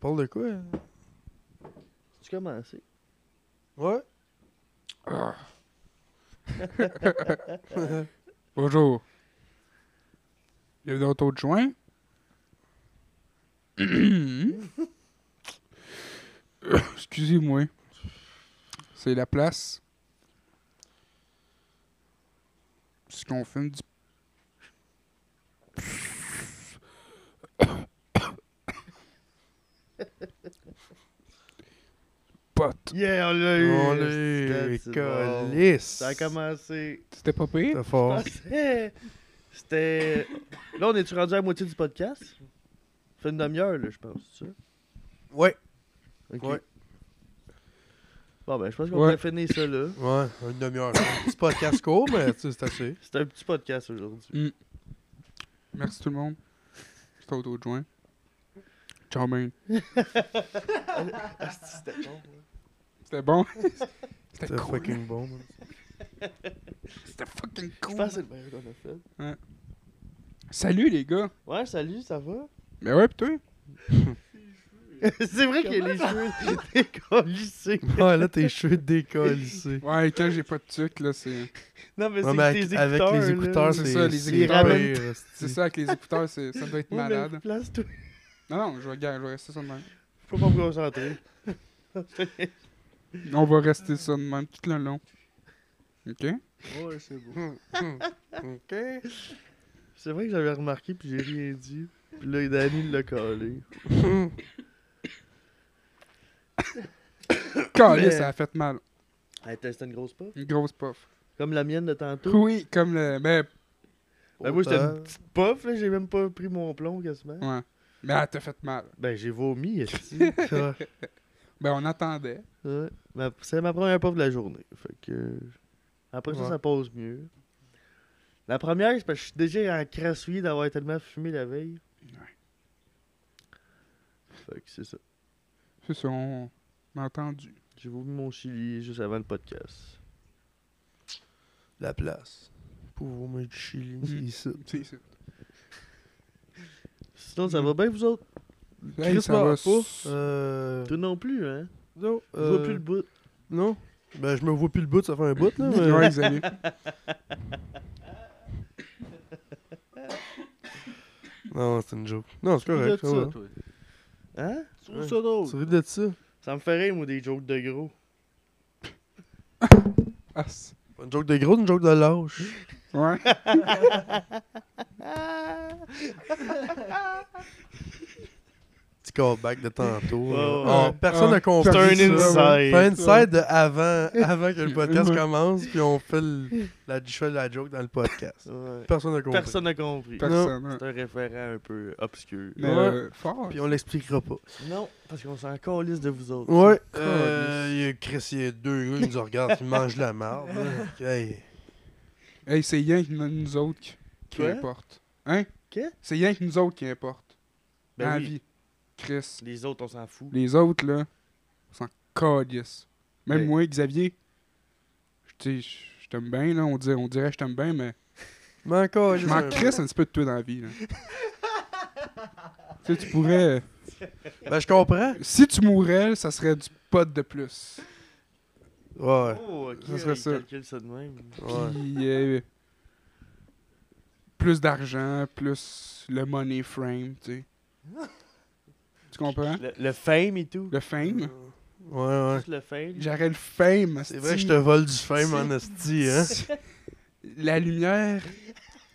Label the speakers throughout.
Speaker 1: parle de quoi? hein?
Speaker 2: Tu commencé?
Speaker 1: Ouais?
Speaker 3: Bonjour. Bienvenue au taux de juin. Excusez-moi. C'est la place. Parce qu'on fume du. Pote.
Speaker 2: Yeah, on l'a eu!
Speaker 1: On est
Speaker 2: C'était- c'est bon.
Speaker 1: colis.
Speaker 2: Ça a commencé.
Speaker 3: C'était pas pire?
Speaker 1: C'était fort.
Speaker 2: Pensais- C'était. Là, on est-tu rendu à la moitié du podcast? Ça fait une demi-heure, là, je pense, c'est ça?
Speaker 1: Ouais.
Speaker 2: Ok.
Speaker 1: Ouais.
Speaker 2: Bon, ben, je pense qu'on
Speaker 3: Ouais.
Speaker 2: pourrait finir ça là.
Speaker 1: Ouais, une demi-heure. C'est pas casse-court, mais tu sais, c'est assez.
Speaker 2: C'est un petit podcast aujourd'hui.
Speaker 3: Merci tout le monde. C'était au taux de juin. Ciao, man.
Speaker 2: Ah, C'était bon,
Speaker 3: C'était bon? C'était
Speaker 1: C'était
Speaker 3: cool.
Speaker 1: fucking bon. man.
Speaker 3: C'était fucking
Speaker 2: Je
Speaker 3: cool.
Speaker 2: pense que c'est le meilleur qu'on a fait.
Speaker 3: Salut les gars.
Speaker 2: Ouais, salut, ça va?
Speaker 3: Ben ouais, pis toi?
Speaker 2: c'est vrai qu'il y a les cheveux décollissés.
Speaker 1: Ouais, là, tes cheveux décollent ici.
Speaker 3: Ouais, quand j'ai pas de tuc, là, c'est.
Speaker 2: Non,
Speaker 1: Ouais,
Speaker 2: mais c'est
Speaker 1: mais
Speaker 2: que
Speaker 1: avec,
Speaker 2: tes
Speaker 1: avec
Speaker 2: écouteurs.
Speaker 1: les écouteurs,
Speaker 3: c'est
Speaker 1: c'est
Speaker 3: ça, les
Speaker 1: c'est
Speaker 2: écouteurs.
Speaker 1: pire, hostie.
Speaker 3: C'est ça, avec les écouteurs, c'est... ça doit être
Speaker 2: malade.
Speaker 3: malade.
Speaker 2: place-toi.
Speaker 3: Non, non, je vais, regarder, je vais rester ça de même.
Speaker 2: Faut pas me concentrer.
Speaker 3: On va rester ça de même tout le long. Ok?
Speaker 2: ouais, c'est beau.
Speaker 1: Ok.
Speaker 2: C'est vrai que j'avais remarqué, puis j'ai rien dit. Puis là, Danny l'a collé.
Speaker 3: Calé,
Speaker 2: Mais-
Speaker 3: ça a fait mal.
Speaker 2: Hey, t'as- c'était une grosse puff.
Speaker 3: Une grosse puff.
Speaker 2: Comme la mienne de tantôt.
Speaker 3: Oui, comme le. Ben,
Speaker 2: Ben, moi, j'étais une
Speaker 1: Autant.
Speaker 2: petite puff, là. J'ai même pas pris mon plomb quasiment.
Speaker 3: ouais. Mais elle t'a fait mal.
Speaker 2: Ben, j'ai vomi, ici. ouais.
Speaker 3: Ben, on attendait.
Speaker 2: Ouais. Ma- C'est ma première puff de la journée. Fait que. Après ça,
Speaker 1: Ouais.
Speaker 2: ça passe mieux. La première, c'est parce que je suis déjà en crassouillé d'avoir tellement fumé la veille. Fait que c'est ça.
Speaker 3: C'est ça, on. on a entendu.
Speaker 2: J'ai vomi mon chili juste avant le podcast.
Speaker 1: La place. Pour vous mettre chili
Speaker 3: Mhm.
Speaker 1: ici.
Speaker 3: C'est ça.
Speaker 2: Sinon,
Speaker 1: Mm.
Speaker 2: ça va bien, vous autres?
Speaker 3: Hey,
Speaker 1: Chris
Speaker 3: ça
Speaker 1: meurt
Speaker 3: va
Speaker 1: pas.
Speaker 3: s-
Speaker 1: Euh.
Speaker 2: Toi non plus, hein?
Speaker 1: Non.
Speaker 2: Je vois plus le bout.
Speaker 1: Non. Ben, je me vois plus le bout, ça fait un bout, là. mais-
Speaker 3: Ouais, Xavier.
Speaker 1: Non, c'est une joke. Non, c'est
Speaker 2: Ris de
Speaker 1: correct. ça
Speaker 2: ça,
Speaker 1: va.
Speaker 2: toi. Hein? Tu trouves
Speaker 1: Ouais.
Speaker 2: ça drôle?
Speaker 1: Tu ris de ça?
Speaker 2: Ça me fait rire, moi, des jokes de gros.
Speaker 3: Ah, c'est-
Speaker 1: Une joke de gros, une joke de lâche.
Speaker 3: Ouais.
Speaker 1: Petit callback de tantôt.
Speaker 2: Ouais,
Speaker 1: là.
Speaker 2: ouais.
Speaker 1: Ah, personne n'a
Speaker 3: Ah,
Speaker 1: compris.
Speaker 2: C'est un
Speaker 1: ça.
Speaker 2: inside.
Speaker 1: C'est un inside de avant, avant que le podcast
Speaker 3: Ouais.
Speaker 1: commence, puis on fait le- la, je fais la joke dans le podcast.
Speaker 2: Ouais.
Speaker 1: Personne n'a compris.
Speaker 2: Personne n'a compris.
Speaker 3: Personne. hein.
Speaker 2: C'est un référent un peu obscur.
Speaker 3: Mais
Speaker 1: Ouais.
Speaker 3: euh, fort.
Speaker 1: Puis on l'expliquera pas.
Speaker 2: Non, parce qu'on s'en calisse de vous autres.
Speaker 1: Ouais.
Speaker 3: Calisse.
Speaker 1: Euh, il y a Chris, il y a deux gars qui nous regardent, qui mangent la marde. là. Hey.
Speaker 3: Hey, c'est rien que nous autres qui- qui
Speaker 2: Quoi?
Speaker 3: importe. Hein?
Speaker 2: Qu'est?
Speaker 3: C'est rien que nous autres qui importe. dans
Speaker 2: Ben
Speaker 3: la
Speaker 2: oui,
Speaker 3: vie. Chris.
Speaker 2: les autres, on s'en fout.
Speaker 3: Les autres, là, on s'en calisse. Même
Speaker 2: Ben-
Speaker 3: moi, Xavier, je tu sais, je- je t'aime bien, là. On dirait, on dirait que je t'aime bien, mais
Speaker 1: Mais encore,
Speaker 3: je m'en crisse un petit peu de toi dans la vie, là. tu sais, tu pourrais.
Speaker 1: Ben, je comprends.
Speaker 3: Si tu mourais, ça serait du pot de plus.
Speaker 1: Ouais.
Speaker 2: Oh, ok,
Speaker 3: Ça serait
Speaker 2: ils
Speaker 3: ça.
Speaker 2: calculent ça de même.
Speaker 1: Ouais.
Speaker 3: Puis, euh, plus d'argent, plus le money frame, tu sais. tu comprends?
Speaker 2: Le, le fame et tout.
Speaker 3: Le fame.
Speaker 1: Ouais, ouais.
Speaker 2: Juste le fame.
Speaker 3: J'aurais le fame.
Speaker 1: C'est vrai que
Speaker 3: asti.
Speaker 1: je te vole du fame en esti, hein?
Speaker 3: La lumière,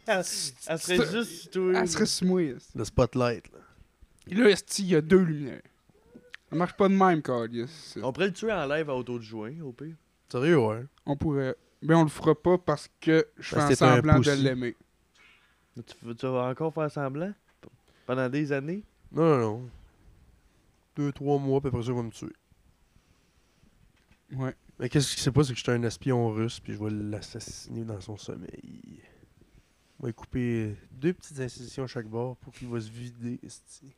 Speaker 2: Elle, elle serait
Speaker 3: C'est-
Speaker 2: juste si toi.
Speaker 3: elle serait sur moi. esti.
Speaker 1: Le spotlight, là.
Speaker 3: Et là, esti, il y a deux lumières. Ça marche pas de même, Carlis.
Speaker 2: On pourrait le tuer en live à auto de juin, au pire.
Speaker 1: Sérieux, ouais.
Speaker 3: On pourrait. Mais on le fera pas parce que je fais
Speaker 1: Parce
Speaker 3: un
Speaker 1: que t'es un
Speaker 3: semblant de
Speaker 1: pussy.
Speaker 3: l'aimer.
Speaker 2: Tu, tu vas encore faire semblant? Pendant des années?
Speaker 1: Non, non, non. Deux, trois mois, puis après ça, il va me tuer.
Speaker 3: Ouais.
Speaker 1: Mais qu'est-ce qui sait pas, c'est que j'étais un espion russe, puis je vais l'assassiner dans son sommeil. On va lui couper deux petites incisions à chaque bord pour qu'il va se vider, esti.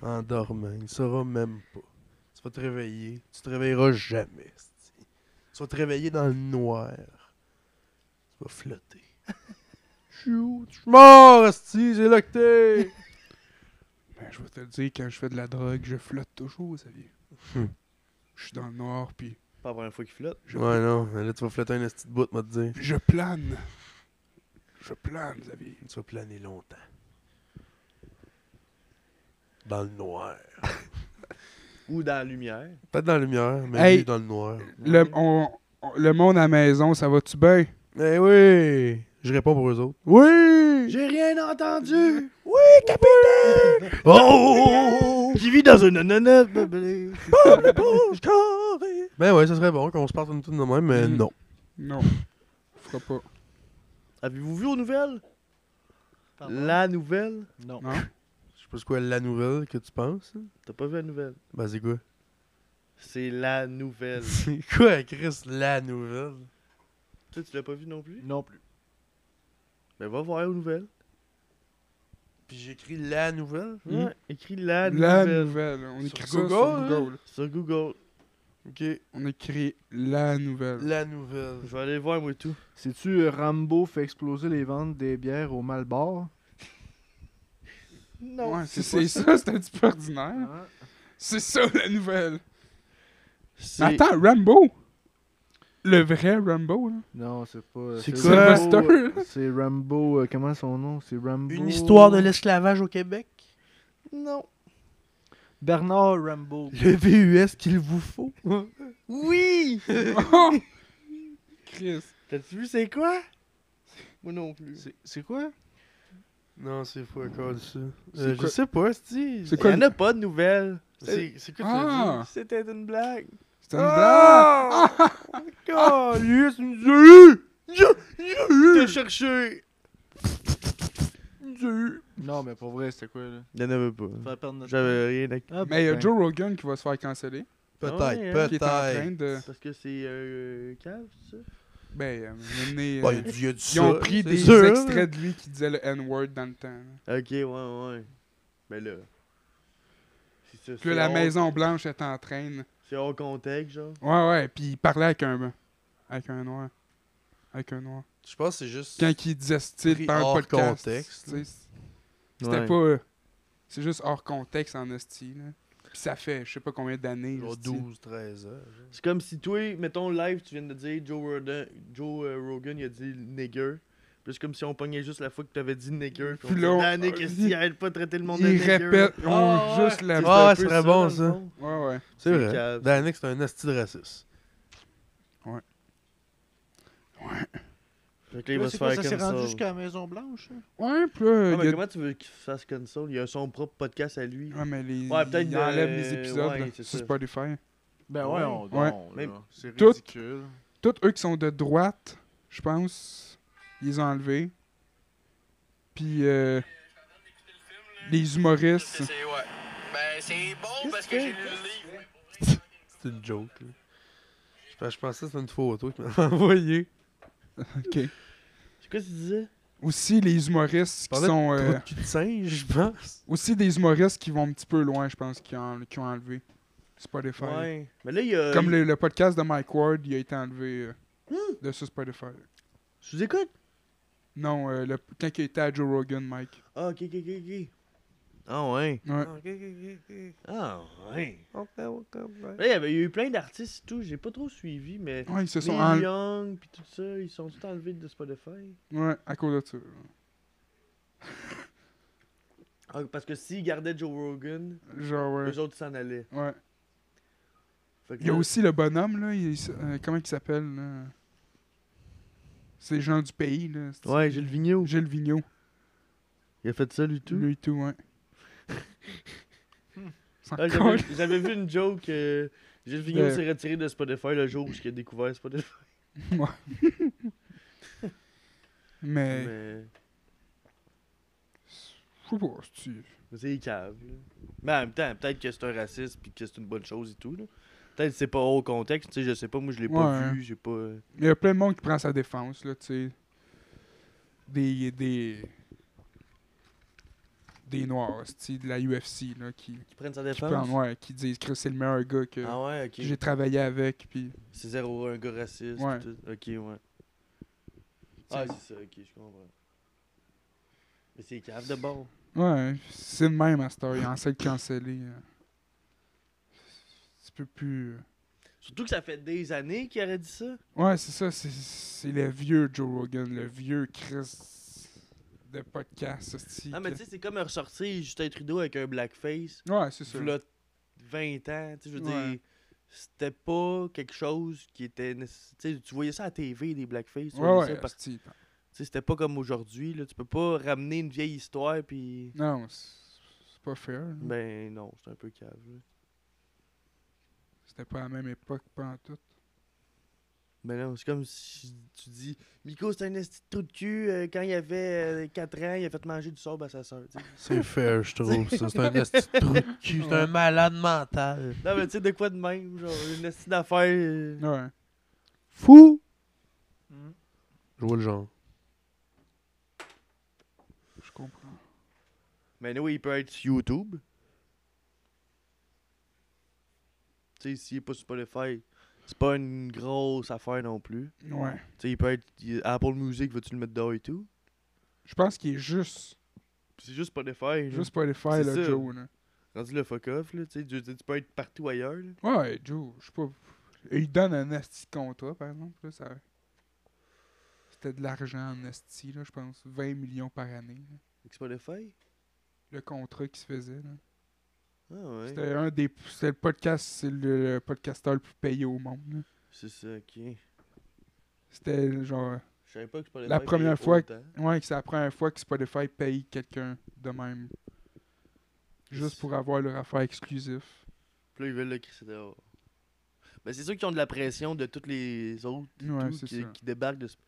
Speaker 1: En dormant. Il ne saura même pas. Tu vas te réveiller. Tu te réveilleras jamais, esti. Tu vas te réveiller dans le noir. Tu vas flotter. Je suis où? Je suis mort, esti! J'ai locté!
Speaker 3: Ben je vais te le dire, quand je fais de la drogue, je flotte toujours, Xavier.
Speaker 1: Hmm.
Speaker 3: Je suis dans le noir, puis
Speaker 2: Pas la première fois qu'il flotte.
Speaker 3: je,
Speaker 1: Ouais, non, mais là, tu vas flotter un esti de bout, moi, te dire.
Speaker 3: je plane. Je plane, Xavier.
Speaker 1: Tu vas planer longtemps. Dans le noir.
Speaker 2: Ou dans la lumière.
Speaker 1: Peut-être dans la lumière, mais
Speaker 3: Hey!
Speaker 1: lui, dans le noir.
Speaker 3: Le, on- on- le monde à la maison, ça va-tu bien?
Speaker 1: Eh oui! Je réponds pour eux autres.
Speaker 3: Oui!
Speaker 2: J'ai rien entendu!
Speaker 1: Oh!
Speaker 2: Qui vit dans une nana. blablabla.
Speaker 1: ben ouais, ça serait bon qu'on se parte une toune de même, mais
Speaker 3: Mm.
Speaker 1: non.
Speaker 3: Non, fera pas.
Speaker 2: Avez-vous vu aux nouvelles?
Speaker 4: Pardon?
Speaker 2: La nouvelle?
Speaker 4: Non.
Speaker 3: Non?
Speaker 1: Je sais pas c'est quoi la nouvelle que tu penses. hein?
Speaker 2: T'as pas vu la nouvelle?
Speaker 1: Ben c'est quoi?
Speaker 2: C'est la nouvelle.
Speaker 1: C'est quoi, Chris, la nouvelle?
Speaker 2: Toi, tu l'as pas vu non plus?
Speaker 4: Non plus.
Speaker 2: Ben, va voir aux nouvelles.
Speaker 1: Puis j'écris la nouvelle?
Speaker 3: Hmm.
Speaker 2: Ouais, Hein? écris la,
Speaker 3: La
Speaker 2: nouvelle.
Speaker 3: nouvelle. On
Speaker 1: Sur
Speaker 3: écrit ça sur
Speaker 1: Google, hein?
Speaker 3: Google.
Speaker 2: Sur Google.
Speaker 1: Ok,
Speaker 3: On écrit la nouvelle.
Speaker 1: la nouvelle.
Speaker 2: Je vais aller voir, moi, tout.
Speaker 4: Sais-tu, euh, Rambo fait exploser les ventes des bières au Malbar?
Speaker 2: Non.
Speaker 3: ouais, c'est
Speaker 4: c'est
Speaker 3: c'est ça, c'est un petit peu ordinaire.
Speaker 4: Hein?
Speaker 3: C'est ça la nouvelle.
Speaker 2: C'est-
Speaker 3: Mais attends, Rambo! Le vrai Rambo, là.
Speaker 4: Non, c'est pas...
Speaker 2: C'est quoi?
Speaker 4: Rambo-
Speaker 3: Sylvester!
Speaker 4: C'est Rambo... euh, comment son nom? C'est Rambo...
Speaker 1: Une histoire de l'esclavage au Québec?
Speaker 2: Non.
Speaker 4: Bernard Rambo.
Speaker 1: Le VUS qu'il vous faut?
Speaker 2: Oui!
Speaker 3: Oh! Chris.
Speaker 2: T'as-tu vu c'est quoi? Moi non plus.
Speaker 4: C'est- C'est quoi?
Speaker 1: Non, c'est pas encore ça.
Speaker 3: C'est
Speaker 1: Euh, je
Speaker 3: quoi-
Speaker 1: sais pas, c'est
Speaker 3: C'est
Speaker 1: C'est
Speaker 3: quoi
Speaker 2: Il y en a pas de nouvelles.
Speaker 1: C'est c'est quoi tu
Speaker 3: Ah!
Speaker 2: C'était une blague.
Speaker 3: C'est une blague!
Speaker 1: Ah! Yes,
Speaker 2: T'as cherché.
Speaker 4: Non, mais pour vrai, c'était quoi, là?
Speaker 2: Il y en avait pas.
Speaker 4: Faire perdre notre
Speaker 2: J'avais rien à...
Speaker 4: Ah,
Speaker 3: Mais il y a
Speaker 4: ben.
Speaker 3: Joe Rogan qui va se faire canceller.
Speaker 2: Ouais, hein.
Speaker 1: Peut-être,
Speaker 3: Qui est en train
Speaker 1: peut-être.
Speaker 3: de.
Speaker 2: Parce que c'est euh, cave, ça?
Speaker 3: Ben, euh, mener, euh,
Speaker 1: Bah, il y a du- il y a du
Speaker 3: ils ont
Speaker 1: ça,
Speaker 3: pris
Speaker 1: c'est
Speaker 3: des
Speaker 1: sûr.
Speaker 3: extraits de lui qui disait le N-word dans le temps. là.
Speaker 2: Ok, ouais, ouais. Mais là... C'est ça,
Speaker 3: Puis
Speaker 2: c'est
Speaker 3: là, la
Speaker 2: hors-
Speaker 3: Maison Blanche est en train. là.
Speaker 2: C'est hors contexte, genre.
Speaker 3: Ouais, ouais, puis il parlait avec un. Avec un noir. Avec un noir.
Speaker 1: Je pense que c'est juste.
Speaker 3: Quand il disait style
Speaker 1: Pris
Speaker 3: pendant le
Speaker 1: hors
Speaker 3: podcast.
Speaker 1: contexte,
Speaker 3: tu sais, C'était
Speaker 2: Ouais.
Speaker 3: pas. euh, C'est juste hors contexte en hostie, là. Puis ça fait je sais pas combien d'années.
Speaker 1: genre
Speaker 3: hostie.
Speaker 1: 12, 13 heures. genre.
Speaker 2: C'est comme si toi, mettons live, tu viens de dire Joe, Rogan, Joe euh, Rogan, il a dit nigger. Puis c'est comme si on pognait juste la fois que t'avais dit nigger. Puis on
Speaker 3: Puis
Speaker 2: dit,
Speaker 3: là, on-
Speaker 2: Danick, qu'est-ce qu'il arrête pas de traiter le monde de
Speaker 3: Ils
Speaker 2: nigger?
Speaker 3: répètent, ils ont
Speaker 2: Ah,
Speaker 3: juste la.
Speaker 2: C'est
Speaker 1: Ah,
Speaker 2: un
Speaker 1: ce
Speaker 2: peu
Speaker 1: serait bon,
Speaker 2: dans le
Speaker 3: hein.
Speaker 1: ça.
Speaker 2: fond.
Speaker 3: Ouais, ouais.
Speaker 1: C'est
Speaker 2: C'est
Speaker 1: vrai.
Speaker 2: cave.
Speaker 1: Danick, c'est un asti de raciste.
Speaker 2: Fait que là, il va se faire
Speaker 4: Ça s'est rendu
Speaker 2: console.
Speaker 4: jusqu'à la Maison-Blanche? hein?
Speaker 3: Ouais, puis là.
Speaker 2: Ah,
Speaker 3: il y
Speaker 2: mais
Speaker 3: a-
Speaker 2: comment tu veux qu'il fasse console? Il a son propre podcast à lui.
Speaker 3: Ouais, mais les...
Speaker 2: Ouais, peut-être
Speaker 3: ils
Speaker 2: de-
Speaker 3: enlèvent les épisodes
Speaker 2: ouais,
Speaker 3: là,
Speaker 2: c'est
Speaker 3: sur
Speaker 2: ça.
Speaker 3: Spotify.
Speaker 4: Ben
Speaker 2: Ouais.
Speaker 4: voyons donc,
Speaker 3: Ouais.
Speaker 4: là.
Speaker 2: Mais-
Speaker 4: C'est
Speaker 3: Tout-
Speaker 4: ridicule.
Speaker 3: Tous eux qui sont de droite, je pense, ils les ont enlevés. Puis euh, les humoristes.
Speaker 5: C'est ouais. Ben c'est bon parce que j'ai lu le livre.
Speaker 1: C'est une joke. là. Je pense- Je pensais que c'était une photo qui m'avait envoyé.
Speaker 3: OK.
Speaker 2: C'est quoi que tu disais?
Speaker 3: Aussi les humoristes qui
Speaker 1: Parlait de
Speaker 3: sont
Speaker 1: Trop
Speaker 3: euh,
Speaker 1: de cul de singe, je pense.
Speaker 3: aussi des humoristes qui vont un petit peu loin, je pense, qui ont, qui ont enlevé Spotify.
Speaker 2: Ouais. Mais là, il y a.
Speaker 3: Comme
Speaker 2: il-
Speaker 3: le, le podcast de Mike Ward, il a été enlevé euh,
Speaker 2: Hmm.
Speaker 3: de sur Spotify.
Speaker 2: Je vous écoute?
Speaker 3: Non, euh, le- quand il était à Joe Rogan, Mike.
Speaker 2: Ah, ok, ok, ok, ok. Ah, ouais.
Speaker 3: Ouais.
Speaker 2: Ah, ouais. Là, il y avait il y a eu plein d'artistes et tout. J'ai pas trop suivi, mais.
Speaker 3: Ouais, ils se
Speaker 2: Les
Speaker 3: sont enlevés.
Speaker 2: Young, puis tout ça, ils sont tous enlevés de Spotify.
Speaker 3: Ouais, à cause de ça.
Speaker 2: Ah, parce que s'ils gardaient Joe Rogan,
Speaker 3: Genre, ouais.
Speaker 2: les autres s'en allaient.
Speaker 3: ouais.
Speaker 2: Fait que
Speaker 3: Il y a
Speaker 2: là,
Speaker 3: aussi le bonhomme, là. il s- euh, comment il s'appelle, là C'est les gens du pays, là. c'est-
Speaker 2: Ouais, Gilles Vigneault.
Speaker 3: Gilles Vigneault.
Speaker 2: Il a fait ça, lui, tout.
Speaker 3: Lui, tout, ouais. C'est
Speaker 2: Ah,
Speaker 3: encore-
Speaker 2: j'avais- J'avais vu une joke. euh, Gilles Vigneault
Speaker 3: Euh.
Speaker 2: s'est retiré de Spotify le jour où il a découvert Spotify.
Speaker 3: Mais.
Speaker 2: Mais,
Speaker 3: Je sais pas, c'est-tu-
Speaker 2: mais c'est cave. là. Mais en même temps, peut-être que c'est un raciste puis que c'est une bonne chose et tout. là. Peut-être que c'est pas au contexte. Tu sais, je sais pas. Moi, je l'ai pas
Speaker 3: Ouais.
Speaker 2: vu. J'ai pas. euh,
Speaker 3: Il y a plein de monde qui prend sa défense, là, tu sais. Des. Des. Des noirs, tu de la UFC, là, qui.
Speaker 2: Qui prennent sa
Speaker 3: Qui, prennent-
Speaker 2: défense.
Speaker 3: ouais, qui disent que c'est le meilleur gars que,
Speaker 2: Ah ouais,
Speaker 3: que j'ai
Speaker 2: ok.
Speaker 3: travaillé avec, puis.
Speaker 2: C'est zéro un gars raciste.
Speaker 3: Ouais.
Speaker 2: tout. Ok, ouais. Ah, c'est ça, ok, je comprends. Mais c'est cave de bord.
Speaker 3: Ouais, c'est le même à cette heure. Il en sait de canceller. euh. Tu peux plus. euh.
Speaker 2: Surtout que ça fait des années qu'il aurait dit ça.
Speaker 3: Ouais, c'est ça. C'est, c'est le vieux Joe Rogan, le vieux Chris de podcast. hostie,
Speaker 2: Non, Ah, mais
Speaker 3: que-
Speaker 2: tu sais, c'est comme ressortir Justin Trudeau avec un blackface.
Speaker 3: Ouais, c'est ça.
Speaker 2: V'là 20 ans. Tu sais, je veux
Speaker 3: Ouais.
Speaker 2: dire, c'était pas quelque chose qui était. nécess- Tu sais, tu voyais ça à la TV, des blackface. tu
Speaker 3: Ouais,
Speaker 2: voyais
Speaker 3: ouais,
Speaker 2: ça par- tu
Speaker 3: hostie.
Speaker 2: sais, c'était pas comme aujourd'hui. là. Tu peux pas ramener une vieille histoire, puis.
Speaker 3: Non, c'est c'est pas fair. là.
Speaker 2: Ben non, c'est un peu cave. là.
Speaker 3: C'était pas à la même époque, pas en tout.
Speaker 2: Ben non, c'est comme si tu dis Miko, c'est un esti de trou de cul. euh, quand il avait 4 ans, il a fait manger du sable à sa soeur.
Speaker 1: C'est fair, je trouve. ça. C'est un esti de trou de cul. C'est un malade
Speaker 3: Ah.
Speaker 1: mental.
Speaker 2: Non, mais tu sais, de quoi de même Genre, une esti d'affaires. euh,
Speaker 3: Ouais.
Speaker 1: Fou!
Speaker 4: Hmm.
Speaker 1: Je vois le genre.
Speaker 3: Je comprends.
Speaker 2: Mais oui, il peut être sur YouTube. Tu sais, s'il est pas sur Spotify, c'est pas une grosse affaire non plus.
Speaker 3: Ouais.
Speaker 2: Tu sais, il peut être. il- Apple Music, vas-tu le mettre dehors et tout
Speaker 3: Je pense qu'il est juste.
Speaker 2: C'est juste Spotify. Juste.
Speaker 3: Juste pas les faire,
Speaker 2: C'est
Speaker 3: là,
Speaker 2: ça.
Speaker 3: Joe. Là.
Speaker 2: Rendu le fuck off, là. Tu sais, tu tu peux être partout ailleurs, là.
Speaker 3: Ouais, Joe, je sais pas. Et Il donne un asti de contrat, par exemple. Là, ça... C'était de l'argent en asti, là, je pense. 20 millions par année. là.
Speaker 2: Avec Spotify
Speaker 3: Le contrat qui se faisait. là.
Speaker 2: Ah ouais.
Speaker 3: C'était un des. C'était le podcast. C'est le, le podcasteur le plus payé au monde. là.
Speaker 2: C'est ça, ok.
Speaker 3: C'était genre.
Speaker 2: Je savais pas que Spotify.
Speaker 3: La
Speaker 2: payait
Speaker 3: première fois
Speaker 2: autant.
Speaker 3: Ouais, que c'est la première fois que Spotify paye quelqu'un de même. Juste pour avoir leur affaire exclusif.
Speaker 2: Puis là, ils veulent le crisser dehors. Mais c'est sûr qu'ils ont de la pression de tous les autres et
Speaker 3: Ouais,
Speaker 2: tout
Speaker 3: c'est
Speaker 2: qui,
Speaker 3: ça.
Speaker 2: qui débarquent de. Sp-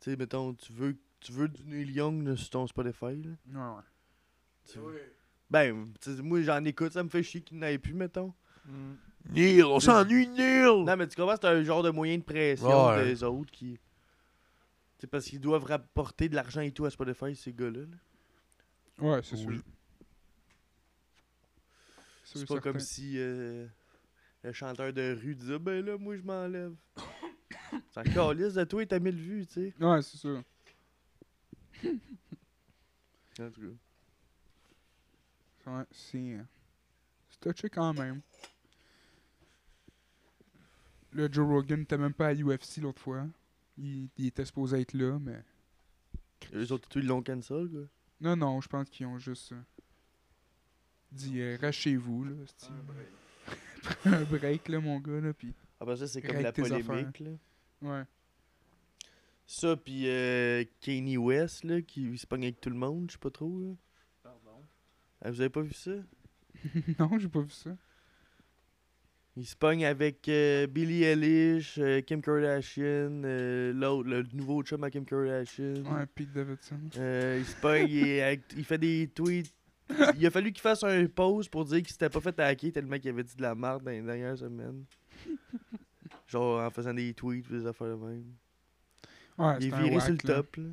Speaker 2: Tu sais, mettons, tu veux, tu veux du Neil Young là, sur ton Spotify. Là.
Speaker 3: Ouais, ouais.
Speaker 2: Tu veux- Ben, tu sais, moi j'en écoute, ça me fait chier qu'il n'y en ait plus, mettons.
Speaker 4: Hmm.
Speaker 1: Neil, on s'ennuie, Neil!
Speaker 2: Non, mais tu comprends, c'est un genre de moyen de pression
Speaker 1: Ouais.
Speaker 2: des autres qui. C'est parce qu'ils doivent rapporter de l'argent et tout à Spotify, ces gars-là. là.
Speaker 3: Ouais, c'est
Speaker 1: Oui.
Speaker 3: sûr. Sûr
Speaker 2: C'est
Speaker 3: et
Speaker 2: pas
Speaker 3: certain.
Speaker 2: comme si euh, le chanteur de rue disait Ben là, moi je m'enlève. C'est encore liste de toi et t'as 1000 vues, tu sais.
Speaker 3: Ouais, c'est sûr.
Speaker 2: En tout cas.
Speaker 3: Ouais, c'est. C'est touché quand même. Le Joe Rogan n'était même pas à l'UFC l'autre fois. Il, il était supposé être là, mais.
Speaker 2: Eux autres, tout, ils l'ont cancel, quoi.
Speaker 3: Non, non, je pense qu'ils ont juste euh, dit euh, reste chez vous, là. c'est- Prends un break, là, mon gars, là, puis.
Speaker 2: Après ça, c'est comme
Speaker 3: Règle
Speaker 2: la
Speaker 3: tes
Speaker 2: polémique, là.
Speaker 3: Ouais.
Speaker 2: Ça, puis euh, Kanye West, là, qui se pogne avec tout le monde, je sais pas trop, là.
Speaker 4: Pardon.
Speaker 2: Ah, vous avez pas vu ça?
Speaker 3: non, j'ai pas vu ça.
Speaker 2: Il se pogne avec euh, Billie Eilish, euh, Kim Kardashian, euh, l'autre, le nouveau chum à Kim Kardashian.
Speaker 3: Ouais, Pete Davidson.
Speaker 2: Euh, il se pogne, il, est avec- il fait des tweets. Il a fallu qu'il fasse un pause pour dire qu'il s'était pas fait hacker tellement qu'il avait dit de la merde dans les dernières semaines. Genre en faisant des tweets, des affaires de même.
Speaker 3: Ouais,
Speaker 2: il est
Speaker 3: c'est un
Speaker 2: viré sur le
Speaker 3: whack, là.
Speaker 2: top, là.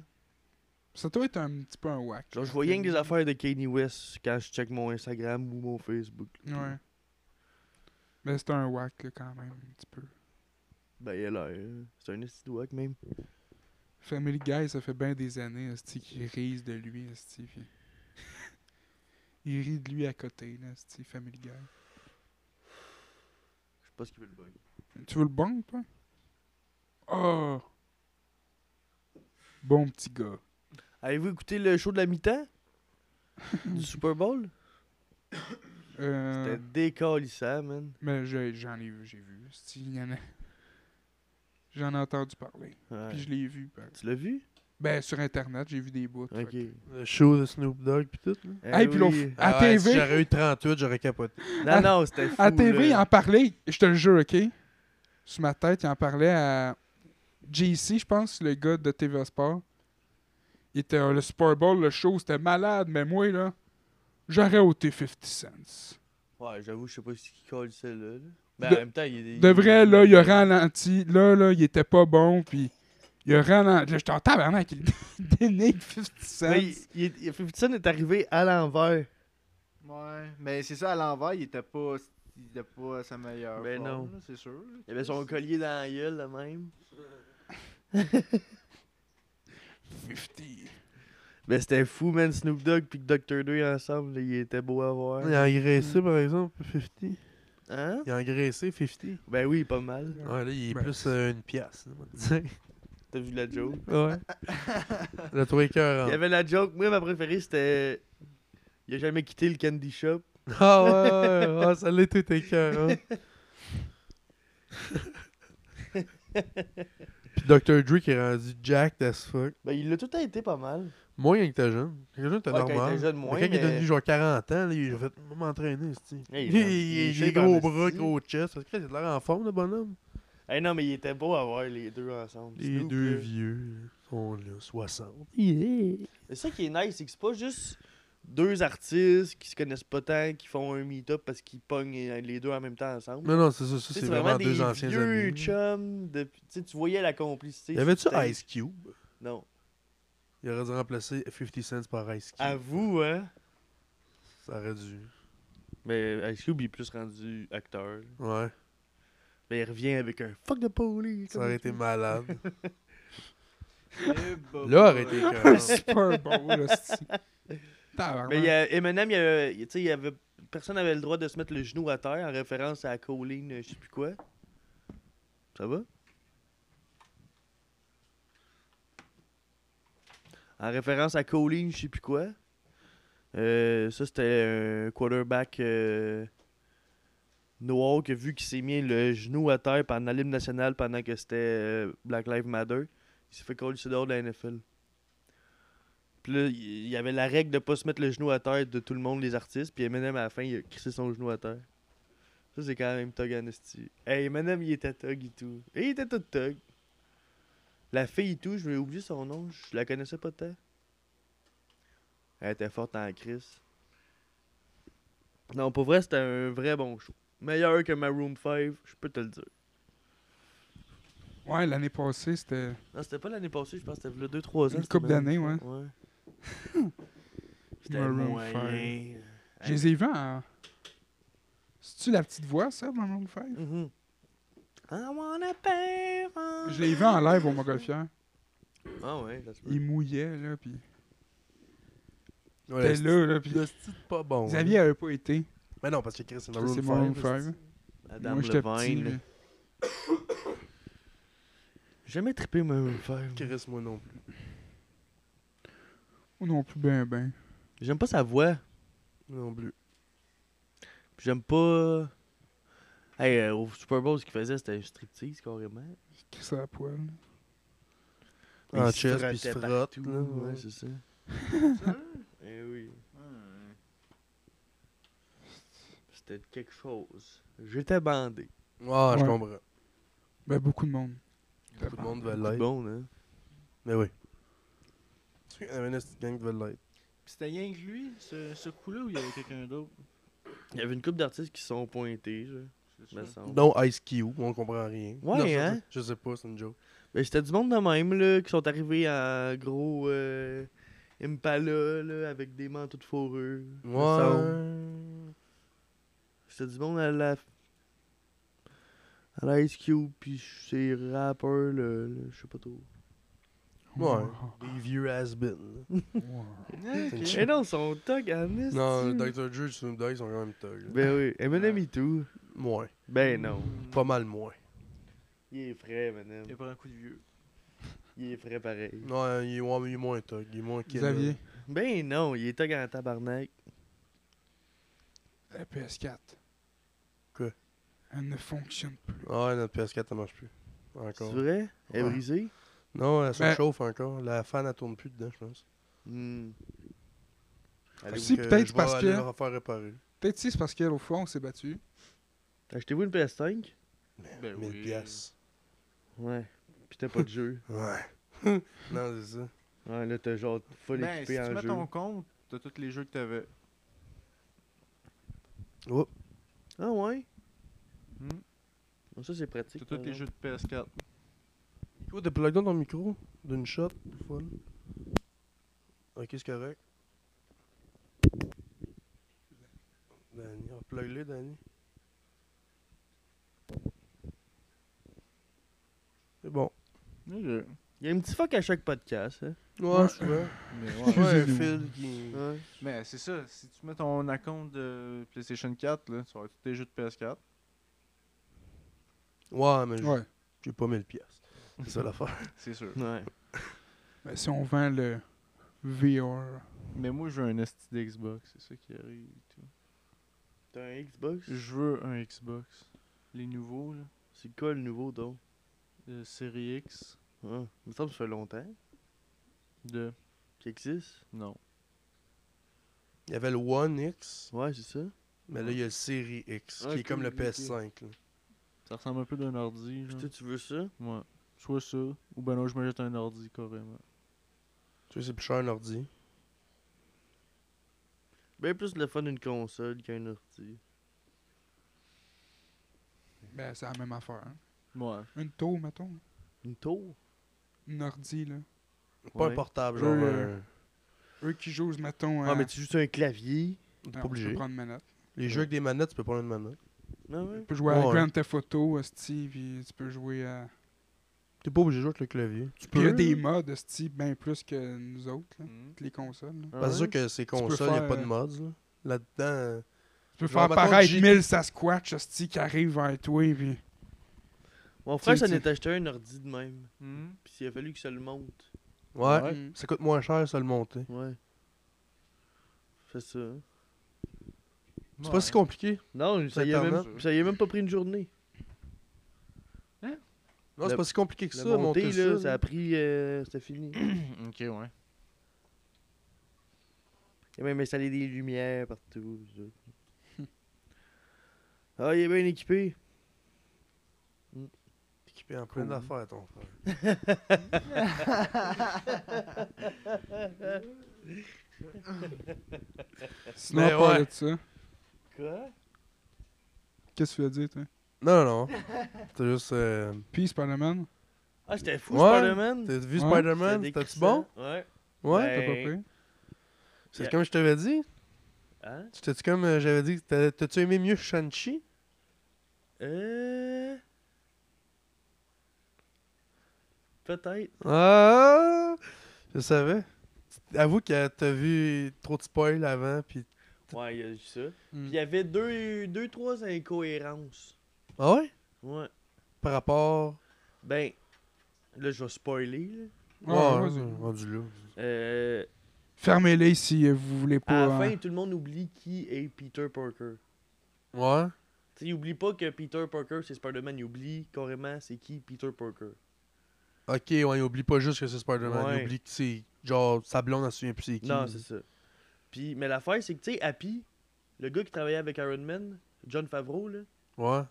Speaker 3: Ça doit être un petit peu un whack.
Speaker 2: Genre, je
Speaker 3: là.
Speaker 2: voyais que des affaires de Kanye West quand je check mon Instagram ou mon Facebook.
Speaker 3: Ouais. Mais c'est un whack, là, quand même, un petit peu.
Speaker 2: Ben, il a l'air. hein. C'est un esti de wack, même.
Speaker 3: Family Guy, ça fait bien des années, esti, qu'ils risent de lui, esti, puis... Ils rient de lui à côté, là, esti, Family Guy.
Speaker 2: Je sais pas ce qu'il veut le bug.
Speaker 3: Tu veux le bon, toi? Oh! Bon petit gars.
Speaker 2: Avez-vous écouté le show de la mi-temps du Super Bowl
Speaker 3: Euh,
Speaker 2: C'était décalissant, man.
Speaker 3: mais j'ai- j'en ai vu, j'ai vu, esti, il y en a... J'en ai entendu parler,
Speaker 2: Ouais.
Speaker 3: puis je l'ai vu, ben.
Speaker 2: Tu l'as vu
Speaker 3: Ben, sur Internet, j'ai vu des bouts. fait
Speaker 2: Ok.
Speaker 3: que-
Speaker 1: Le show de Snoop Dogg pis tout. là.
Speaker 2: Eh
Speaker 3: puis l'on
Speaker 2: oui.
Speaker 3: À
Speaker 1: Ah ouais,
Speaker 3: TV.
Speaker 1: Si j'aurais eu 38, j'aurais capoté.
Speaker 2: Non, non, c'était fou.
Speaker 3: À hein. TV, il
Speaker 2: là.
Speaker 3: en parlait, je te le jure, OK? Sur ma tête, il en parlait à JC, je pense, le gars de TVA Sport. Il était euh, le Super Bowl, le show, c'était malade, mais moi, là, j'aurais ôté 50 cents.
Speaker 2: Ouais, j'avoue, je sais pas ce qu'il calissait là. là. Ben,
Speaker 3: De-
Speaker 2: en même temps, il est.
Speaker 3: De vrai, là, il a ralenti. Là, là, il était pas bon, puis il a ralenti. Là, j'étais en tabarnak, il dénigre 50 cents.
Speaker 2: Ouais, il, il, il- Fifty est arrivé à l'envers.
Speaker 4: Ouais. Mais c'est ça, à l'envers, il était pas. Il était pas à sa meilleure.
Speaker 2: Ben
Speaker 4: forme,
Speaker 2: non.
Speaker 4: là, C'est sûr.
Speaker 2: Il avait son collier dans la gueule, là même.
Speaker 3: 50.
Speaker 2: Mais c'était fou, man. Snoop Dogg puis Dr. Dre ensemble, là, il était beau à voir.
Speaker 1: Il a engraissé, par exemple, 50.
Speaker 2: Hein?
Speaker 1: Il a engraissé 50.
Speaker 2: Ben oui, pas mal.
Speaker 1: Ouais, là, il est
Speaker 3: Ben,
Speaker 1: plus euh, une pièce. là, on va dire.
Speaker 2: T'as vu la joke?
Speaker 1: ouais. Le trois cœurs.
Speaker 2: Il y avait la joke. Moi, ma préférée, c'était. Il a jamais quitté le candy shop.
Speaker 1: Ah ouais, ouais, ouais, ouais, ça l'est tout hein. écœurant. Puis Dr. Dre qui est rendu jacked as fuck.
Speaker 2: Ben, il l'a tout le temps été pas mal.
Speaker 1: Moyen que t'es jeune. Quand t'es jeune, t'es
Speaker 2: Ouais, quand il
Speaker 1: normal.
Speaker 2: était jeune, moins,
Speaker 1: mais quand il est
Speaker 2: mais-
Speaker 1: devenu genre 40 ans, là, il a fait « m'entraîner, c'ti.
Speaker 2: Hey,
Speaker 1: Il,
Speaker 2: il est-
Speaker 1: il,
Speaker 2: il est
Speaker 1: il a des
Speaker 2: shape en
Speaker 1: gros bras,
Speaker 2: esti.
Speaker 1: gros chest. Parce que là, il a l'air en forme, le bonhomme.
Speaker 2: Eh non, mais il était beau à voir les deux ensemble.
Speaker 1: Les
Speaker 2: Snoop,
Speaker 1: deux
Speaker 2: là.
Speaker 1: vieux sont là, 60.
Speaker 2: Mais ça qui est nice, c'est que c'est pas juste deux artistes qui se connaissent pas tant, qui font un meet-up parce qu'ils pognent les deux en même temps ensemble.
Speaker 1: Non, non, c'est ça. ça
Speaker 2: Tu sais,
Speaker 1: c'est vraiment deux anciens
Speaker 2: vieux
Speaker 1: amis.
Speaker 2: chums. de- tu sais, tu voyais la complicité.
Speaker 1: Y avait-tu
Speaker 2: c'était-
Speaker 1: Ice Cube?
Speaker 2: Non.
Speaker 1: Il aurait dû remplacer 50 Cent par Ice Cube.
Speaker 2: À vous, hein?
Speaker 1: Ça aurait dû.
Speaker 2: Mais Ice Cube, il est plus rendu acteur.
Speaker 1: Ouais.
Speaker 2: Mais il revient avec un fuck de police.
Speaker 1: Ça aurait été malade.
Speaker 4: Eh, bah,
Speaker 1: Là,
Speaker 4: bah,
Speaker 1: aurait été
Speaker 4: ouais.
Speaker 1: écœurant.
Speaker 3: Super beau, là, c'est. Tabarnak.
Speaker 2: Mais il y a- Eminem, il y avait, tu sais, il y avait, personne n'avait le droit de se mettre le genou à terre en référence à Colleen, euh, je sais plus quoi. Ça va? En référence à Colleen, je sais plus quoi. Euh, ça, c'était un quarterback euh, noir qui a vu qu'il s'est mis le genou à terre pendant l'hymne national pendant que c'était euh, Black Lives Matter. Il s'est fait coller sur dehors de la NFL. Puis là, il y avait la règle de pas se mettre le genou à terre de tout le monde, les artistes. Puis Eminem, à la fin, il a crissé son genou à terre. Ça, c'est quand même Tog Anesti. Hey, Eminem, il était Tog et tout. Et il était tout Tog. La fille et tout, je vais oublier son nom, je la connaissais pas tant. Elle était forte en crise. Non, pour vrai, c'était un vrai bon show. Meilleur que ma Room 5, je peux te le dire.
Speaker 3: Ouais, l'année passée, c'était.
Speaker 2: Non, c'était pas l'année passée, je pense que c'était le 2-3 ans.
Speaker 3: Une
Speaker 2: c'était
Speaker 3: couple
Speaker 2: Maroon
Speaker 3: d'années,
Speaker 2: five.
Speaker 3: ouais.
Speaker 2: ouais. C'était
Speaker 3: Maroon
Speaker 2: moyen.
Speaker 3: five.
Speaker 2: Hey.
Speaker 3: Je les ai vus en. C'est-tu la petite voix, ça, Maroon 5?
Speaker 2: Mhm. I wanna pay for-
Speaker 3: Je l'ai vu en live au Montgolfière.
Speaker 2: Ah ouais, ça se peut.
Speaker 3: Il mouillait, là, puis.
Speaker 1: Ouais,
Speaker 3: T'es
Speaker 1: c'est-
Speaker 3: là, là, puis.
Speaker 1: Le style pas bon.
Speaker 3: Xavier avait pas été.
Speaker 1: Mais non, parce que Chris, c'est
Speaker 3: C'est
Speaker 1: Maroon
Speaker 3: Maroon
Speaker 1: 5.
Speaker 3: 5.
Speaker 2: Adam
Speaker 3: Moi, j'étais petit.
Speaker 2: Levine.
Speaker 3: là.
Speaker 2: J'ai Jamais trippé Maroon 5.
Speaker 1: Chris, moi non plus.
Speaker 3: Moi non plus, ben, ben.
Speaker 2: J'aime pas sa voix.
Speaker 1: Non plus.
Speaker 2: puis J'aime pas... Hey, euh, au Super Bowl, ce qu'il faisait, c'était un striptease, carrément.
Speaker 3: Qui ça à poil. là. Ah,
Speaker 1: En
Speaker 2: Il se
Speaker 1: chest, Ah, puis il se
Speaker 2: frottait
Speaker 1: frotte.
Speaker 2: partout,
Speaker 1: là,
Speaker 2: Ouais,
Speaker 1: ouais.
Speaker 2: c'est ça. Eh oui.
Speaker 4: Hmm.
Speaker 2: C'était quelque chose. J'étais bandé.
Speaker 1: Ah, je
Speaker 3: Ouais.
Speaker 1: comprends.
Speaker 3: Ben, beaucoup de monde.
Speaker 1: Tout le monde veut
Speaker 2: C'est
Speaker 1: l'être.
Speaker 2: bon, hein?
Speaker 1: Mais oui. Tu sais, il y avait une petite gang qui veut l'être.
Speaker 4: Pis c'était rien que lui, ce, ce coup-là, ou il y avait quelqu'un d'autre
Speaker 2: Il y avait une couple d'artistes qui se sont pointés, genre,
Speaker 4: C'est
Speaker 1: Ben,
Speaker 2: me
Speaker 4: ça.
Speaker 2: semble.
Speaker 1: Non, Ice Cube, on comprend rien.
Speaker 2: Ouais,
Speaker 1: Non, je-
Speaker 2: hein?
Speaker 1: Je sais pas, c'est une joke.
Speaker 2: Ben, c'était du monde de même, là, qui sont arrivés en gros euh, Impala, là, avec des manteaux de fourrure. me semble.
Speaker 1: Ouais.
Speaker 2: C'était du monde à la... À la Ice Cube, puis ces rappeurs, là, là, je sais pas trop.
Speaker 1: Ouais. Des vieux has-been. là.
Speaker 4: Ok.
Speaker 2: Eh non, ils sont tog à
Speaker 1: Non, Dr. Dre et Snoop Dogg ils sont quand même thugs. là.
Speaker 2: Ben oui, Eminem et tout.
Speaker 1: Moins.
Speaker 2: Ben
Speaker 1: Mm.
Speaker 2: non.
Speaker 1: Pas mal moins.
Speaker 2: Il est frais,
Speaker 4: Il a
Speaker 2: Eminem.
Speaker 4: pas un coup de vieux.
Speaker 2: Il est frais pareil.
Speaker 1: Non, euh, il est, ouais, il est moins thug. Il est moins kid.
Speaker 3: Xavier.
Speaker 2: Ben non, il est tog en tabarnak.
Speaker 3: La PS4.
Speaker 1: Quoi?
Speaker 3: Elle ne fonctionne plus.
Speaker 1: là. Ah Ouais, notre PS4, ça marche plus.
Speaker 2: C'est
Speaker 1: Encore.
Speaker 2: vrai? Elle est
Speaker 1: Ouais.
Speaker 2: brisée?
Speaker 1: Non, elle se
Speaker 3: Ben-
Speaker 1: chauffe encore. La fan, elle tourne plus dedans, je pense.
Speaker 2: Hmm. Allez,
Speaker 3: Si,
Speaker 1: Donc, euh,
Speaker 3: peut-être
Speaker 1: je vais
Speaker 3: parce
Speaker 1: aller
Speaker 3: que-
Speaker 1: la refaire réparer.
Speaker 3: Peut-être si c'est parce qu'au fois, on s'est battu.
Speaker 2: Achetez-vous une PS5?
Speaker 4: Ben
Speaker 1: 1000
Speaker 4: oui.
Speaker 1: piastres.
Speaker 2: Ouais. Pis t'as pas de jeu.
Speaker 1: Ouais. non, c'est ça.
Speaker 2: Ouais, là, t'as genre full
Speaker 4: Ben, si
Speaker 2: équipé
Speaker 4: tu
Speaker 2: en
Speaker 4: mets
Speaker 2: jeu.
Speaker 4: ton compte, t'as tous les jeux que t'avais.
Speaker 1: Oh,
Speaker 2: Ah ouais?
Speaker 4: Hmm.
Speaker 2: Bon, ça, c'est
Speaker 4: T'as
Speaker 2: pratique.
Speaker 4: tous
Speaker 2: par
Speaker 4: les jeux
Speaker 2: exemple.
Speaker 4: de PS4.
Speaker 1: oh t'as plug dans ton micro d'une shot, pour fun. Ok, c'est correct. Danny, on plug le Danny. C'est bon.
Speaker 4: Oui, je-
Speaker 2: Il y a un petit fuck à chaque podcast. Hein?
Speaker 1: Ouais, souvent.
Speaker 4: Mais ouais.
Speaker 1: Ouais, un fil qui.
Speaker 2: Ouais.
Speaker 4: Mais c'est ça, si tu mets ton account de PlayStation 4, là, tu vas avoir tous tes jeux de PS4.
Speaker 1: Ouais, mais j-
Speaker 3: Ouais.
Speaker 1: j'ai pas 1000 pièces. C'est ça l'affaire.
Speaker 4: C'est sûr.
Speaker 2: ouais.
Speaker 3: Ben, si on vend le VR.
Speaker 4: Mais moi, je veux un ST d'Xbox, c'est ça qui arrive. et tout.
Speaker 2: T'as un Xbox
Speaker 4: Je veux un Xbox. Les nouveaux, là,
Speaker 2: C'est quoi le nouveau donc
Speaker 4: de série X,
Speaker 2: ah. Il me semble que ça fait longtemps
Speaker 4: de.
Speaker 2: qu'il existe.
Speaker 4: Non.
Speaker 1: Il y avait le One X,
Speaker 2: Ouais, c'est ça.
Speaker 1: mais là, il y a le Series X, qui est
Speaker 4: Ok,
Speaker 1: comme le
Speaker 4: ok.
Speaker 1: PS5. là.
Speaker 4: Ça ressemble un peu d'un ordi, genre.
Speaker 2: Putain, tu veux ça
Speaker 4: Ouais. Soit ça, ou ben là, je me jette un ordi carrément.
Speaker 1: Tu sais, c'est plus cher un ordi.
Speaker 2: Ben plus le fun d'une console qu'un ordi.
Speaker 3: Ben, c'est la même affaire. hein.
Speaker 4: Ouais.
Speaker 3: Une tour, mettons.
Speaker 2: Une tour
Speaker 3: Une ordi, là.
Speaker 1: Pas
Speaker 2: Ouais.
Speaker 1: un portable,
Speaker 3: Je-
Speaker 1: genre. un-
Speaker 3: Eux qui jouent, mettons.
Speaker 2: Ah, mais tu joues sur un clavier
Speaker 1: T'es pas obligé.
Speaker 3: prendre manette.
Speaker 1: Les jeux avec des manettes, tu peux prendre une manette.
Speaker 2: Non,
Speaker 3: Tu
Speaker 2: Ah ouais.
Speaker 3: peux jouer à
Speaker 1: Ouais.
Speaker 3: Grand Theft Auto, hostie, puis tu peux jouer à.
Speaker 1: T'es pas obligé de jouer avec le clavier.
Speaker 3: Puis il y a des mods, hostie, bien plus que nous autres, là,
Speaker 4: Hmm.
Speaker 3: que les consoles. là.
Speaker 2: Ah,
Speaker 1: Parce
Speaker 2: ouais?
Speaker 1: que que ces
Speaker 3: peux
Speaker 1: consoles, il n'y a
Speaker 3: faire,
Speaker 1: pas de
Speaker 3: euh,
Speaker 1: mods. là. Là-dedans, euh,
Speaker 3: Tu peux
Speaker 1: Genre,
Speaker 3: faire
Speaker 1: mettons,
Speaker 3: pareil
Speaker 1: G-
Speaker 3: 1000 Sasquatch, hostie, qui arrivent vers toi, puis.
Speaker 2: Mon frère
Speaker 3: Tu-
Speaker 2: s'en
Speaker 3: tu-
Speaker 2: est acheté un ordi de même.
Speaker 1: Hmm.
Speaker 4: Hmm.
Speaker 2: Puis il a fallu que ça le monte.
Speaker 1: ouais,
Speaker 4: Ouais.
Speaker 3: Mm.
Speaker 1: ça coûte moins cher, ça le monter.
Speaker 2: Ouais. Fais ça. hein.
Speaker 1: C'est pas si compliqué.
Speaker 2: Non, ça y, a
Speaker 1: Internet.
Speaker 2: même, ça y a même pas pris une journée.
Speaker 1: Non, c'est
Speaker 2: Le-
Speaker 1: pas si compliqué que
Speaker 2: La
Speaker 1: ça, monter,
Speaker 2: montée,
Speaker 1: ça.
Speaker 2: là, ça a pris. euh, C'était fini.
Speaker 4: Ok, ouais.
Speaker 2: Il a même installé des lumières partout. tout ça. ah, il est bien équipé.
Speaker 1: Équipé en plein
Speaker 2: Cool.
Speaker 1: d'affaires, ton frère.
Speaker 2: Ah,
Speaker 3: Sinon,
Speaker 1: Mais
Speaker 3: à part
Speaker 1: ouais.
Speaker 3: de ça,
Speaker 2: Quoi
Speaker 3: qu'est-ce que tu veux dire, toi
Speaker 1: Non, non, non. T'as juste. euh,
Speaker 3: Puis Spider-Man,
Speaker 2: Ah, j'étais fou,
Speaker 1: Ouais.
Speaker 2: Spider-Man.
Speaker 1: T'as vu
Speaker 3: Ouais.
Speaker 1: Spider-Man?
Speaker 2: C'était
Speaker 1: C'était-tu bon?
Speaker 2: décrissant. Ouais.
Speaker 1: Ouais.
Speaker 2: Ouais.
Speaker 3: t'as pas
Speaker 2: Ben,
Speaker 3: pris
Speaker 1: C'est
Speaker 2: Yeah.
Speaker 1: comme je t'avais dit.
Speaker 2: Hein
Speaker 1: C'était-tu comme euh, j'avais dit? t'as- T'as-tu aimé mieux Shang-Chi?
Speaker 2: Euh. Peut-être.
Speaker 1: Ah! Je savais. Avoue que t'as vu trop de spoil avant, puis.
Speaker 2: Ouais, il y a eu ça.
Speaker 3: Mm.
Speaker 2: Puis il y avait deux, deux, trois incohérences.
Speaker 1: Ah ouais?
Speaker 2: Ouais.
Speaker 1: Par rapport.
Speaker 2: Ben, là, je vais spoiler. là.
Speaker 3: Ouais,
Speaker 1: Ah, Ouais, hein,
Speaker 3: vas-y.
Speaker 1: rendu là.
Speaker 2: Euh,
Speaker 3: Fermez-les si euh, vous voulez
Speaker 2: à
Speaker 3: pas.
Speaker 2: la
Speaker 3: hein.
Speaker 2: fin, tout le monde oublie qui est Peter Parker.
Speaker 1: Ouais.
Speaker 2: Tu sais, il oublie pas que Peter Parker, c'est Spider-Man. Il oublie carrément c'est qui Peter Parker.
Speaker 1: Ok, ouais, il oublie pas juste que c'est Spider-Man. Il
Speaker 2: Ouais.
Speaker 1: oublie que c'est. Genre, sa blonde, elle se souvient plus c'est qui.
Speaker 2: Non, c'est ça. Puis, mais l'affaire, c'est que, tu sais, Happy, le gars qui travaillait avec Iron Man, John Favreau, là,
Speaker 1: Ouais.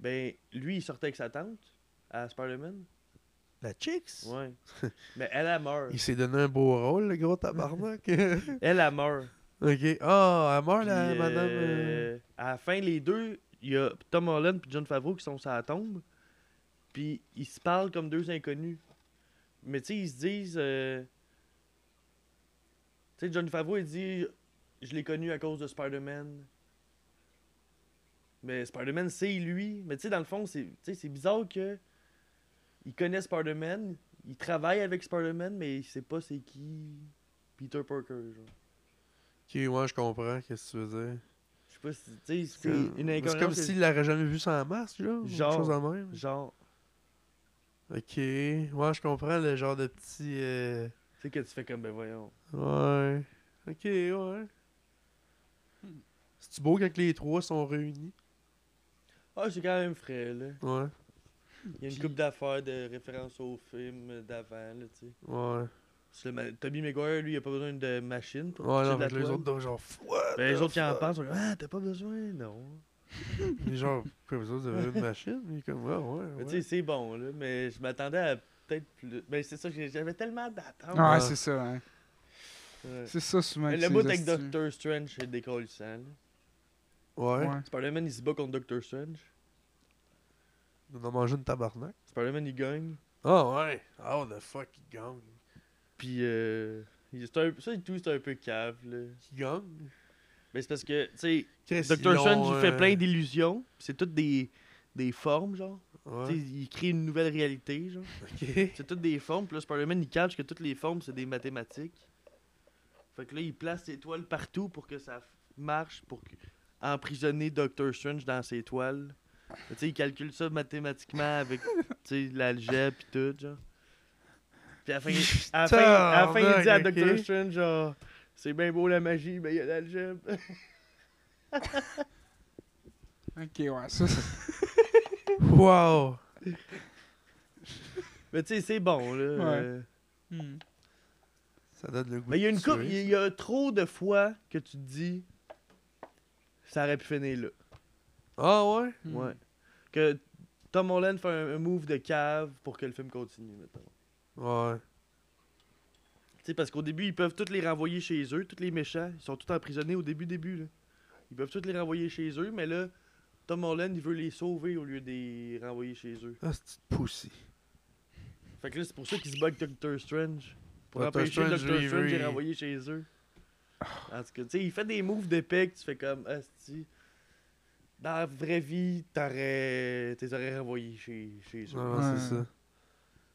Speaker 2: ben, lui, il sortait avec sa tante à Spider-Man.
Speaker 1: La Chicks?
Speaker 2: Ouais. mais elle, elle meurt.
Speaker 1: Il s'est donné un beau rôle, le gros tabarnak. ok.
Speaker 2: Elle, elle meurt.
Speaker 1: Ah, elle meurt,
Speaker 2: Puis,
Speaker 1: la madame. euh,
Speaker 2: euh, À la fin, les deux, il y a Tom Holland et John Favreau qui sont sur la tombe. Puis ils se parlent comme deux inconnus. Mais tu sais, ils se disent. euh, Tu sais, John Favreau, il dit Je l'ai connu à cause de Spider-Man. Mais Spider-Man, c'est lui. Mais tu sais, dans le fond, c'est tu sais, c'est bizarre que. Il connaît Spider-Man, il travaille avec Spider-Man, mais il sait pas c'est qui Peter Parker. Genre.
Speaker 1: Ok, ouais, je comprends. Qu'est-ce que tu veux dire?
Speaker 2: Je sais pas si. Tu sais, c'est
Speaker 1: Comme-
Speaker 2: une incohérence.
Speaker 1: C'est comme
Speaker 2: que-
Speaker 1: s'il l'aurait jamais vu sans masque, genre. Genre.
Speaker 2: Genre.
Speaker 1: Quelque chose en même.
Speaker 2: Genre,
Speaker 1: Ok. Ouais, je comprends le genre de petit. euh,
Speaker 2: tu sais que tu fais comme, ben voyons.
Speaker 1: Ouais. Ok, ouais. C'est-tu beau quand les trois sont réunis?
Speaker 2: Ah, c'est quand même frais, là.
Speaker 1: Ouais.
Speaker 2: Il y a une coupe d'affaires de référence au film d'avant, là, tu sais.
Speaker 1: Ouais.
Speaker 2: C'est le ma- Tobey Maguire, lui, il a pas besoin de machine pour
Speaker 1: Ouais,
Speaker 2: toucher
Speaker 1: non,
Speaker 2: de la
Speaker 1: mais les
Speaker 2: toile.
Speaker 1: autres, deux, genre, What
Speaker 2: Ben, les
Speaker 1: the
Speaker 2: autres qui en
Speaker 1: Ah, fuck?
Speaker 2: parlent sont comme, ah, t'as pas besoin, non.
Speaker 1: Mais genre, pourquoi vous autres avez une machine? Mais comme, ouais, ouais.
Speaker 2: Mais
Speaker 1: ouais.
Speaker 2: tu sais, c'est bon, là, mais je m'attendais à peut-être plus. Ben, c'est ça, j'ai- j'avais tellement d'attentes.
Speaker 3: Ah,
Speaker 1: Ouais.
Speaker 3: c'est ça, hein.
Speaker 2: Ouais.
Speaker 3: C'est ça, souvent.
Speaker 2: Mais
Speaker 3: que
Speaker 2: Le
Speaker 3: c'est
Speaker 2: bout
Speaker 3: les
Speaker 2: avec
Speaker 3: hosties.
Speaker 2: Doctor Strange, c'est décollissant, là.
Speaker 1: ouais.
Speaker 3: Ouais.
Speaker 2: Spider-Man, il se bat contre Doctor Strange.
Speaker 1: On a mangé une tabarnak.
Speaker 2: Spider-Man, il gagne.
Speaker 1: Ah, ouais. Oh, the fuck, il gagne.
Speaker 2: Puis, euh. il- c'est un- Ça et tout, c'est un peu cave, là.
Speaker 1: Il gagne.
Speaker 2: Mais c'est parce que, tu sais,
Speaker 1: Chris, ils
Speaker 2: Dr. Strange,
Speaker 1: l'ont,
Speaker 2: il fait
Speaker 1: euh,
Speaker 2: plein d'illusions. pis C'est toutes des, des formes, genre.
Speaker 1: Ouais.
Speaker 2: Tu sais, Il crée une nouvelle réalité, genre.
Speaker 1: Ok.
Speaker 2: C'est toutes des formes. Puis là, Spider-Man, il cache que toutes les formes, c'est des mathématiques. Fait que là, il place ses toiles partout pour que ça f- marche, pour que- emprisonner Doctor Strange dans ses toiles. Tu sais, il calcule ça mathématiquement avec tu sais, l'algèbre et tout, genre. Puis à la fin, à la fin- à la fin, il dit à
Speaker 1: Tabarnak,
Speaker 2: Doctor
Speaker 1: ok.
Speaker 2: Strange, genre, c'est bien beau la magie, mais il y a l'algèbre.
Speaker 3: Ok, ouais, ça. c'est-
Speaker 1: Wow!
Speaker 2: mais tu sais, c'est bon, là.
Speaker 3: Ouais.
Speaker 2: Euh,
Speaker 3: Hmm.
Speaker 1: Ça donne le goût.
Speaker 2: Mais il y a
Speaker 1: de
Speaker 2: une coupe,
Speaker 1: tuer.
Speaker 2: il y a- il y a trop de fois que tu te dis, ça aurait pu finir là.
Speaker 1: Ah ouais?
Speaker 3: Hmm.
Speaker 2: Ouais. Que Tom Holland fait un, un move de cave pour que le film continue, mettons.
Speaker 1: Ouais.
Speaker 2: Tu sais, parce qu'au début, ils peuvent tous les renvoyer chez eux, tous les méchants. Ils sont tous emprisonnés au début, début, là. Ils peuvent tous les renvoyer chez eux, mais là, Tom Holland, il veut les sauver au lieu de les renvoyer chez eux.
Speaker 1: Ah, c'est une pussy.
Speaker 2: Fait que là, c'est pour ça qu'ils se bug Doctor Strange. Pour
Speaker 1: Doctor
Speaker 2: empêcher
Speaker 1: Strange,
Speaker 2: Doctor
Speaker 1: lui,
Speaker 2: Strange de
Speaker 1: oui.
Speaker 2: les renvoyer chez eux. En tout cas, tu sais, il fait des moves d'épée que tu fais comme, asti. Dans la vraie vie, t'aurais. T'es aurais renvoyé chez, chez eux.
Speaker 1: Ouais, c'est
Speaker 3: Ouais.
Speaker 1: ça.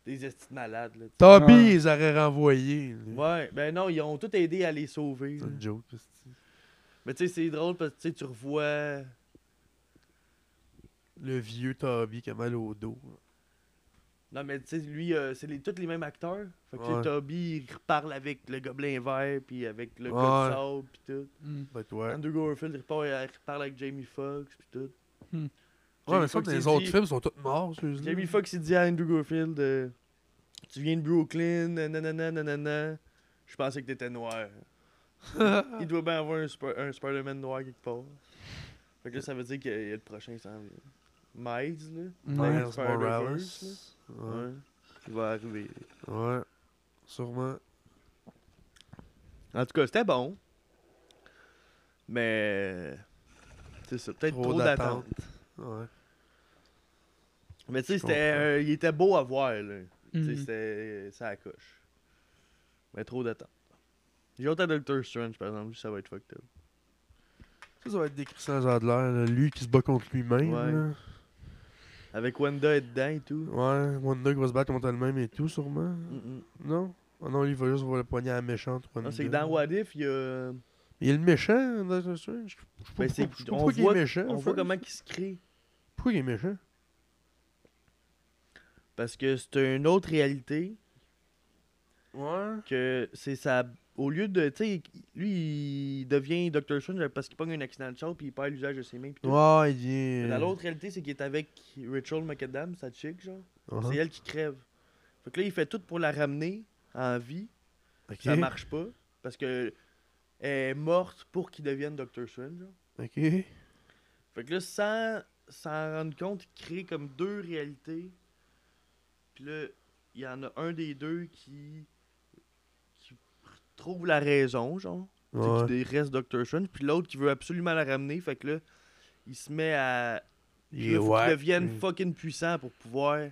Speaker 2: Des estis malades, là. tu sais.
Speaker 1: Toby,
Speaker 3: Ouais.
Speaker 1: ils auraient renvoyé. lui.
Speaker 2: Ouais, ben non, ils ont tout aidé à les sauver.
Speaker 1: C'est
Speaker 2: là.
Speaker 1: une joke. c'est-
Speaker 2: Mais tu sais, c'est drôle parce que tu sais, tu revois.
Speaker 1: Le vieux Toby qui a mal au dos.
Speaker 2: Non, mais tu sais, lui, euh, c'est les- tous les mêmes acteurs. Fait que tu sais,
Speaker 1: Ouais.
Speaker 2: Toby, il reparle avec le gobelin vert, puis avec le gars
Speaker 1: Ouais.
Speaker 2: de sable, puis tout.
Speaker 3: Hmm.
Speaker 1: Ben, ouais.
Speaker 2: Andrew Garfield, il repart- il reparle avec Jamie Foxx, puis tout.
Speaker 3: Hmm.
Speaker 1: Ouais, mais ça,
Speaker 2: Foxx, il
Speaker 1: les
Speaker 2: dit-
Speaker 1: autres films sont tous morts, ceux-là.
Speaker 2: Jamie Foxx, il dit à Andrew Garfield euh, Tu viens de Brooklyn, euh, nanana, nanana. Je pensais que t'étais noir. il doit bien avoir un, Sp- un Spider-Man noir quelque part. Fait que là, ça veut dire qu'il y a le prochain qui s'en vient. Miles, là.
Speaker 3: Ouais.
Speaker 1: Miles Morales.
Speaker 2: Spider-Verse,
Speaker 1: Ouais.
Speaker 2: Il va arriver.
Speaker 1: Ouais. Sûrement.
Speaker 2: En tout cas, c'était bon. Mais. C'est ça. Peut-être
Speaker 1: Trop
Speaker 2: trop,
Speaker 1: d'attente.
Speaker 2: d'attente.
Speaker 1: Ouais.
Speaker 2: Mais tu sais,
Speaker 1: Je
Speaker 2: c'était,
Speaker 1: comprends.
Speaker 2: euh, il était beau à voir, là. Tu sais,
Speaker 1: Mhm.
Speaker 3: Hmm.
Speaker 2: c'était. Ça accroche. Mais trop d'attente. J'ai hâte à Doctor Strange, par exemple, ça va être fucked up.
Speaker 1: Ça, ça va être des Christian Adler, là, lui qui se bat contre lui-même.
Speaker 2: Ouais.
Speaker 1: là.
Speaker 2: Avec Wanda et dedans et tout.
Speaker 1: Ouais, Wanda qui va se battre contre elle-même et tout, sûrement.
Speaker 2: Mm-mm.
Speaker 1: Non? Ah non, lui, il va juste voir le poignet à la méchante. Wanda.
Speaker 2: Non, Ah, c'est que dans What If, il y a.
Speaker 1: Il est le méchant, dans Doctor Strange. Je sais pas
Speaker 2: Ben, c'est-
Speaker 1: pourquoi- je sais pas
Speaker 2: on
Speaker 1: pourquoi il
Speaker 2: voit-
Speaker 1: est méchant.
Speaker 2: On
Speaker 1: first.
Speaker 2: voit comment il se crée.
Speaker 1: Pourquoi il est méchant?
Speaker 2: Parce que c'est une autre réalité.
Speaker 1: Ouais.
Speaker 2: que c'est sa. Au lieu de. Tu sais, lui, il devient Doctor Strange parce qu'il pogne un accident de char puis il perd l'usage de ses mains. Pis tout.
Speaker 1: Ouais, il euh,
Speaker 2: Mais
Speaker 1: vient.
Speaker 2: Dans l'autre réalité, c'est qu'il est avec Rachel McAdams, sa chick, genre.
Speaker 1: Ah,
Speaker 2: C'est elle qui crève. Fait que là, il fait tout pour la ramener en vie.
Speaker 1: ok.
Speaker 2: Ça marche pas. Parce que elle est morte pour qu'il devienne Doctor Strange. genre.
Speaker 1: Ok.
Speaker 2: Fait que là, sans s'en rendre compte, il crée comme deux réalités. Puis là, il y en a un des deux qui, qui trouve la raison, genre. Tu sais,
Speaker 1: Ouais.
Speaker 2: qui dé- reste Doctor Strange. Puis l'autre qui veut absolument la ramener. Fait que là, il se met à.
Speaker 1: Il est
Speaker 2: là,
Speaker 1: Mm. euh,
Speaker 2: faut
Speaker 1: whack,
Speaker 2: qu'il devienne
Speaker 1: lui.
Speaker 2: fucking puissant pour pouvoir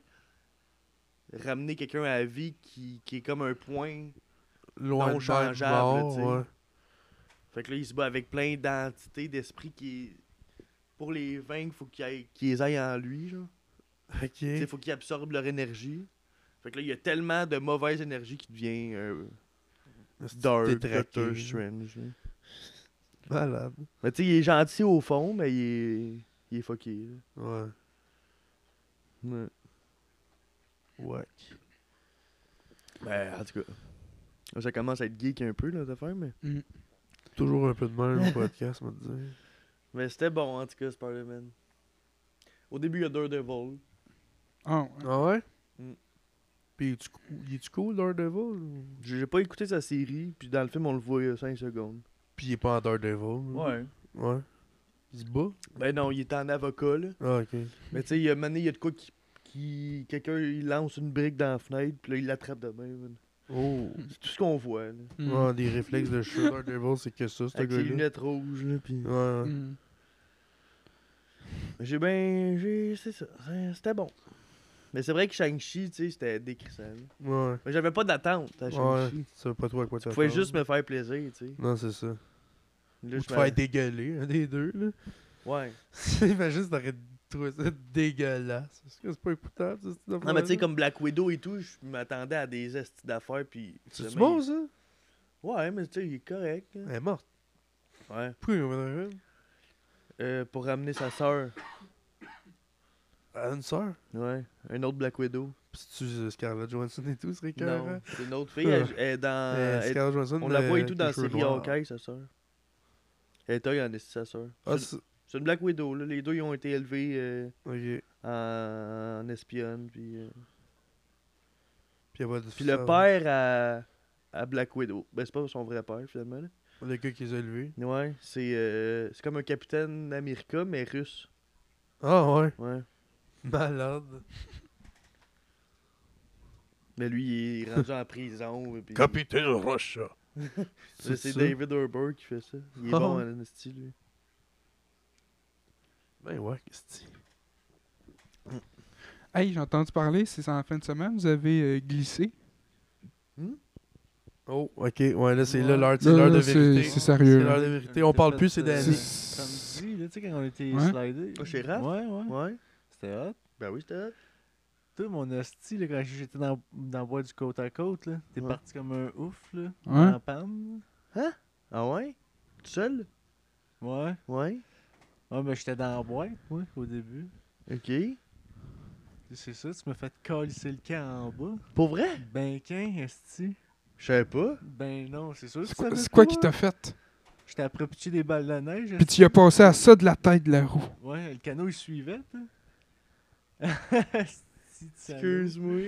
Speaker 2: ramener quelqu'un à la vie qui, qui est comme un point.
Speaker 1: Loin
Speaker 2: non
Speaker 1: de
Speaker 2: changeable,
Speaker 1: mort,
Speaker 2: là, tu sais.
Speaker 1: ouais.
Speaker 2: Fait que là, il se bat avec plein d'entités d'esprit qui. Pour les vaincre, faut qu'il aille- qu'ils aillent en lui, genre. Il
Speaker 1: Ok.
Speaker 2: faut qu'ils absorbent leur énergie. Fait que là, il y a tellement de mauvaise énergie qui devient euh, dark,
Speaker 1: T'es traqué.
Speaker 2: Doctor Strange. là.
Speaker 1: Malade.
Speaker 2: Mais tu sais, il est gentil au fond, mais il est, il est fucké. là.
Speaker 1: Ouais.
Speaker 2: Ouais.
Speaker 1: Ouais.
Speaker 2: Ben, en tout cas. Ça commence à être geek un peu, là, cette affaire, mais.
Speaker 1: Toujours un peu de mal au podcast, on va te dire.
Speaker 2: Mais c'était bon, en tout cas, Spider-Man. Au début, il y a Daredevil.
Speaker 3: Ah, ouais.
Speaker 1: Ah ouais?
Speaker 2: Mm.
Speaker 1: Puis est-tu cou- il est-tu cool, Daredevil? ou-
Speaker 2: J'ai j'ai pas écouté sa série, puis dans le film, on le voit 5 secondes.
Speaker 1: Puis il est pas en Daredevil. là. Ouais. Il se bat?
Speaker 2: Ben non, il est en avocat, là.
Speaker 1: Ah, ok.
Speaker 2: Mais tu sais, il y a mané, il y a de quoi qui. qui- Quelqu'un, il lance une brique dans la fenêtre, puis là, il l'attrape de même.
Speaker 1: Oh.
Speaker 2: C'est tout ce qu'on voit, là.
Speaker 3: Hmm.
Speaker 1: Ouais, des réflexes de cheveux Daredevil, c'est que ça, ce
Speaker 2: Avec ses
Speaker 1: gars-là.
Speaker 2: lunettes rouges, là, pis...
Speaker 1: Ouais. ouais.
Speaker 3: Hmm.
Speaker 2: J'ai ben... J'ai... C'est ça. C'est- C'était bon. Mais c'est vrai que Shang-Chi, tu sais, c'était décrissant. là.
Speaker 1: Ouais.
Speaker 2: Mais j'avais pas d'attente à
Speaker 1: Ouais.
Speaker 2: Shang-Chi.
Speaker 1: Tu savais pas trop à quoi
Speaker 2: Je
Speaker 1: t'attends.
Speaker 2: pouvais juste me faire plaisir, tu sais.
Speaker 1: Non, c'est ça.
Speaker 2: Là,
Speaker 1: Ou
Speaker 2: je
Speaker 1: te faire
Speaker 2: m'avais-
Speaker 1: dégueuler, un des deux, là.
Speaker 2: Ouais.
Speaker 1: Imagine si t'aurais trouvé ça dégueulasse. Est-ce que c'est pas écoutable, ça, cette
Speaker 2: Non, mais
Speaker 1: affaire-là?
Speaker 2: tu sais, comme Black Widow et tout, je m'attendais à des estis d'affaires, puis...
Speaker 1: C'est
Speaker 2: finalement,
Speaker 1: bon, ça?
Speaker 2: il- Ouais, mais tu sais, il est correct. là.
Speaker 1: Elle est morte.
Speaker 2: Ouais.
Speaker 1: Pourquoi il y en a une?
Speaker 2: Euh, pour ramener sa sœur.
Speaker 1: Elle a Euh, une sœur.
Speaker 2: Ouais. Un autre Black Widow.
Speaker 1: Puis tu euh, Scarlett Johansson et tout, c'est
Speaker 2: Non,
Speaker 1: écœurant.
Speaker 2: c'est une autre fille. Elle, elle est dans...
Speaker 1: Euh,
Speaker 2: elle-
Speaker 1: Scarlett Johansson.
Speaker 2: on la voit et
Speaker 1: euh,
Speaker 2: tout dans la
Speaker 1: les cheveux
Speaker 2: série
Speaker 1: noirs.
Speaker 2: Hawkeye, sa sœur. Elle est toy en esti, sa sœur.
Speaker 1: Ah,
Speaker 2: C'est-
Speaker 1: c'est-
Speaker 2: c'est une Black Widow, là. Les deux, ils ont été élevés euh,
Speaker 1: ok.
Speaker 2: en, en espionne, puis... euh,
Speaker 1: Puis, elle va
Speaker 2: Puis le père à, à Black Widow. Ben, c'est pas son vrai père, finalement. là.
Speaker 1: Le gars qui les a élevés.
Speaker 2: Ouais, c'est euh, c'est comme un capitaine America, mais russe.
Speaker 1: Ah, ouais.
Speaker 2: Ouais.
Speaker 1: Malade.
Speaker 2: Mais lui, il est rendu en prison. ouais, Puis...
Speaker 1: Capitaine Rocha.
Speaker 2: Ça,
Speaker 1: C'est
Speaker 2: C'est
Speaker 1: ça.
Speaker 2: David Harbour qui fait ça. Il est
Speaker 1: Ah
Speaker 2: bon
Speaker 1: ouais.
Speaker 2: en esti, lui.
Speaker 1: Ben ouais, qu'est-ce que
Speaker 3: Hey, j'ai entendu parler, c'est en fin de semaine, vous avez euh, glissé.
Speaker 1: Oh, ok, ouais, là c'est
Speaker 4: Ouais.
Speaker 1: là l'heure c'est
Speaker 3: Là,
Speaker 1: l'heure
Speaker 3: là,
Speaker 1: de
Speaker 3: c'est-
Speaker 1: vérité.
Speaker 3: c'est sérieux,
Speaker 1: C'est l'heure
Speaker 3: là.
Speaker 1: de vérité. On parle plus, Oh, c'est
Speaker 4: T'as fait,
Speaker 1: Danny.
Speaker 4: euh,
Speaker 3: C'est-
Speaker 4: Samedi, là, tu sais, quand on était
Speaker 3: Ouais.
Speaker 4: slidés.
Speaker 2: Ah, chez Raph?
Speaker 4: Ouais, ouais.
Speaker 2: Ouais.
Speaker 4: C'était hot.
Speaker 2: Ben oui, c'était hot.
Speaker 4: Toi, mon hostie, là, quand j'étais dans, dans le bois du côte à côte, là, t'es
Speaker 2: Ouais.
Speaker 4: parti comme un ouf, là,
Speaker 3: Ouais.
Speaker 4: en panne.
Speaker 2: Ah ouais? Tout seul?
Speaker 4: Ouais.
Speaker 2: Ouais.
Speaker 4: Ouais, mais j'étais dans la boîte, moi, au début.
Speaker 2: Ok.
Speaker 4: C'est ça, tu m'as fait colisser le camp en bas.
Speaker 2: Pour vrai?
Speaker 4: Ben, qu'un, esti.
Speaker 2: Je savais pas.
Speaker 4: Ben non, c'est sûr. que tu
Speaker 3: C'est quoi,
Speaker 4: savais
Speaker 3: c'est quoi
Speaker 4: pas.
Speaker 3: qui t'a fait?
Speaker 4: J'étais après pitcher des balles de neige.
Speaker 3: Puis tu y as passé à ça de la tête de la roue.
Speaker 4: Ouais, le canot, il suivait, toi. Esti de salaud.
Speaker 2: Excuse-moi.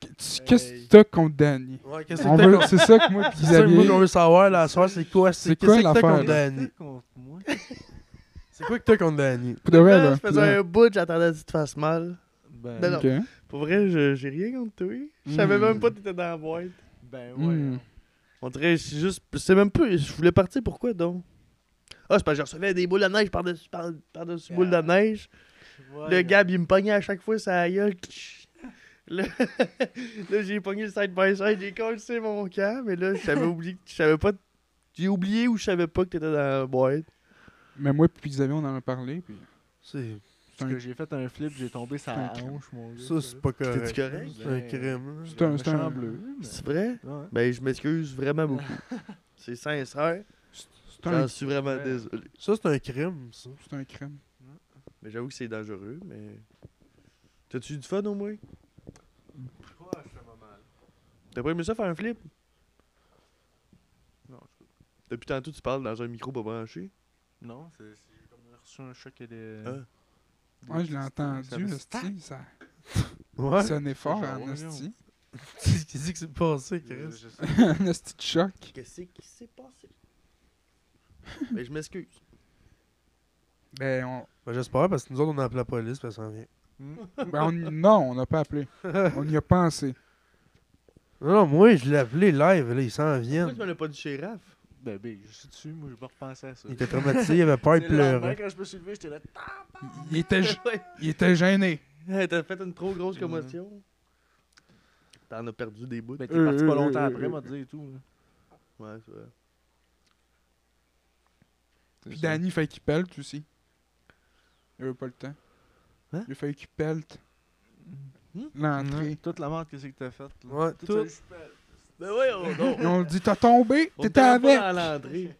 Speaker 3: Qu'est-ce que t'as contre Danny?
Speaker 1: Ouais, qu'est-ce
Speaker 3: On
Speaker 1: que t'as
Speaker 3: veut-
Speaker 1: contre-
Speaker 3: C'est ça que moi,
Speaker 1: C'est ça que moi qu'on
Speaker 3: Xavier...
Speaker 1: veut savoir la soirée, c'est quoi c'est
Speaker 3: C'est
Speaker 1: qu'est-ce
Speaker 3: quoi
Speaker 1: que t'as
Speaker 3: l'affaire?
Speaker 1: contre
Speaker 4: Qu'est-ce
Speaker 1: Danny
Speaker 4: que t'as contre moi?
Speaker 1: C'est quoi que t'as contre Danny
Speaker 3: Pour de vrai,
Speaker 2: Ah,
Speaker 3: là.
Speaker 2: je faisais un bout, j'attendais que tu te fasses mal.
Speaker 4: Ben,
Speaker 2: Non, non.
Speaker 3: Ok.
Speaker 2: Pour vrai, je- j'ai rien contre toi. Je savais
Speaker 3: Mm.
Speaker 2: même pas que t'étais dans la boîte.
Speaker 4: ben ouais.
Speaker 3: Hmm.
Speaker 2: On dirait, c'est juste. C'est même pas. Je voulais partir, pourquoi donc Ah, c'est parce que je recevais des boules de neige par-dessus par, par-dessus
Speaker 4: Ah.
Speaker 2: boules de neige. Le
Speaker 4: hein. Ouais.
Speaker 2: Gab, il me pognait à chaque fois sa gueule. Là, là, j'ai pogné le side by side, j'ai collé mon camp, mais là, j'avais oublié que je savais pas. J'ai oublié ou je savais pas que t'étais dans la boîte.
Speaker 3: Mais moi puis Xavier, on en a parlé. Puis...
Speaker 1: C'est
Speaker 4: Parce que j'ai fait un flip, j'ai tombé sur la
Speaker 3: C'est un
Speaker 4: hanche, mon gars.
Speaker 1: ça c'est pas correct.
Speaker 2: T'es-tu correct?
Speaker 1: C'est
Speaker 4: Ben,
Speaker 1: un crime. là.
Speaker 3: C'est un- c'est
Speaker 4: méchant
Speaker 3: un-
Speaker 4: bleu. mais-
Speaker 2: C'est vrai?
Speaker 4: Ouais. hein.
Speaker 2: Ben, je m'excuse vraiment beaucoup. C'est sincère.
Speaker 3: C'est un,
Speaker 2: J'en suis vraiment
Speaker 4: Ouais.
Speaker 2: désolé.
Speaker 1: Ça c'est un crime ça.
Speaker 3: c'est un crime.
Speaker 2: Mais j'avoue que c'est dangereux, mais. T'as-tu eu du fun au moins? T'as pas aimé ça faire un flip?
Speaker 4: Non, c'est-
Speaker 2: Depuis tantôt, tu parles dans un micro pas branché.
Speaker 4: non, c'est c'est comme j'ai reçu un choc et des.
Speaker 2: Ah.
Speaker 3: Ouais, je l'ai
Speaker 4: Ça
Speaker 3: entendu,
Speaker 4: me
Speaker 3: hostie. Ça
Speaker 1: Ouais. Ben,
Speaker 3: sonnait fort,
Speaker 4: genre,
Speaker 3: en hostie.
Speaker 1: Qu'est-ce qui dit que c'est passé,
Speaker 4: Je-
Speaker 1: Chris
Speaker 4: je sais.
Speaker 3: Un hostie de choc.
Speaker 2: Qu'est-ce qui s'est passé? Mais je m'excuse.
Speaker 3: Ben, on...
Speaker 1: Ben, j'espère parce que nous autres on a appelé la police parce qu'on vient.
Speaker 3: ben, on- non, on n'a pas appelé. On y a pensé.
Speaker 1: Non non, moi je l'ai appelé live là, ils s'en
Speaker 2: Pourquoi tu
Speaker 1: viennent.
Speaker 2: me l'as pas dit chez Raph?
Speaker 4: Ben, ben, je suis dessus, moi, je vais repenser à ça.
Speaker 1: Il était traumatisé, il avait peur, il
Speaker 4: C'est le lendemain,
Speaker 1: pleurait.
Speaker 4: quand je me suis levé, j'étais là.
Speaker 3: Il était, g-
Speaker 2: Ouais.
Speaker 3: il était gêné.
Speaker 2: T'as fait une trop grosse commotion. T'en as perdu des bouts.
Speaker 4: Ben,
Speaker 3: Euh,
Speaker 4: t'es parti
Speaker 3: euh,
Speaker 4: pas longtemps
Speaker 3: euh,
Speaker 4: après,
Speaker 3: euh.
Speaker 4: m'a dit et tout. là.
Speaker 2: Ouais, c'est vrai.
Speaker 3: Puis Danny, fait qu'il pelte aussi. Il avait pas le temps.
Speaker 2: Hein?
Speaker 3: Il a fallu qu'il pelte.
Speaker 2: Hmm?
Speaker 3: L'entrée.
Speaker 4: Toute la merde, qu'est-ce que t'as faite, là.
Speaker 1: Ouais,
Speaker 4: Tout
Speaker 1: tout.
Speaker 4: ça,
Speaker 2: Ben voyons
Speaker 4: Hmm?
Speaker 2: donc!
Speaker 3: Ils ont dit T'as tombé
Speaker 2: On était
Speaker 3: T'étais
Speaker 2: pas
Speaker 3: avec
Speaker 2: dans l'entrée.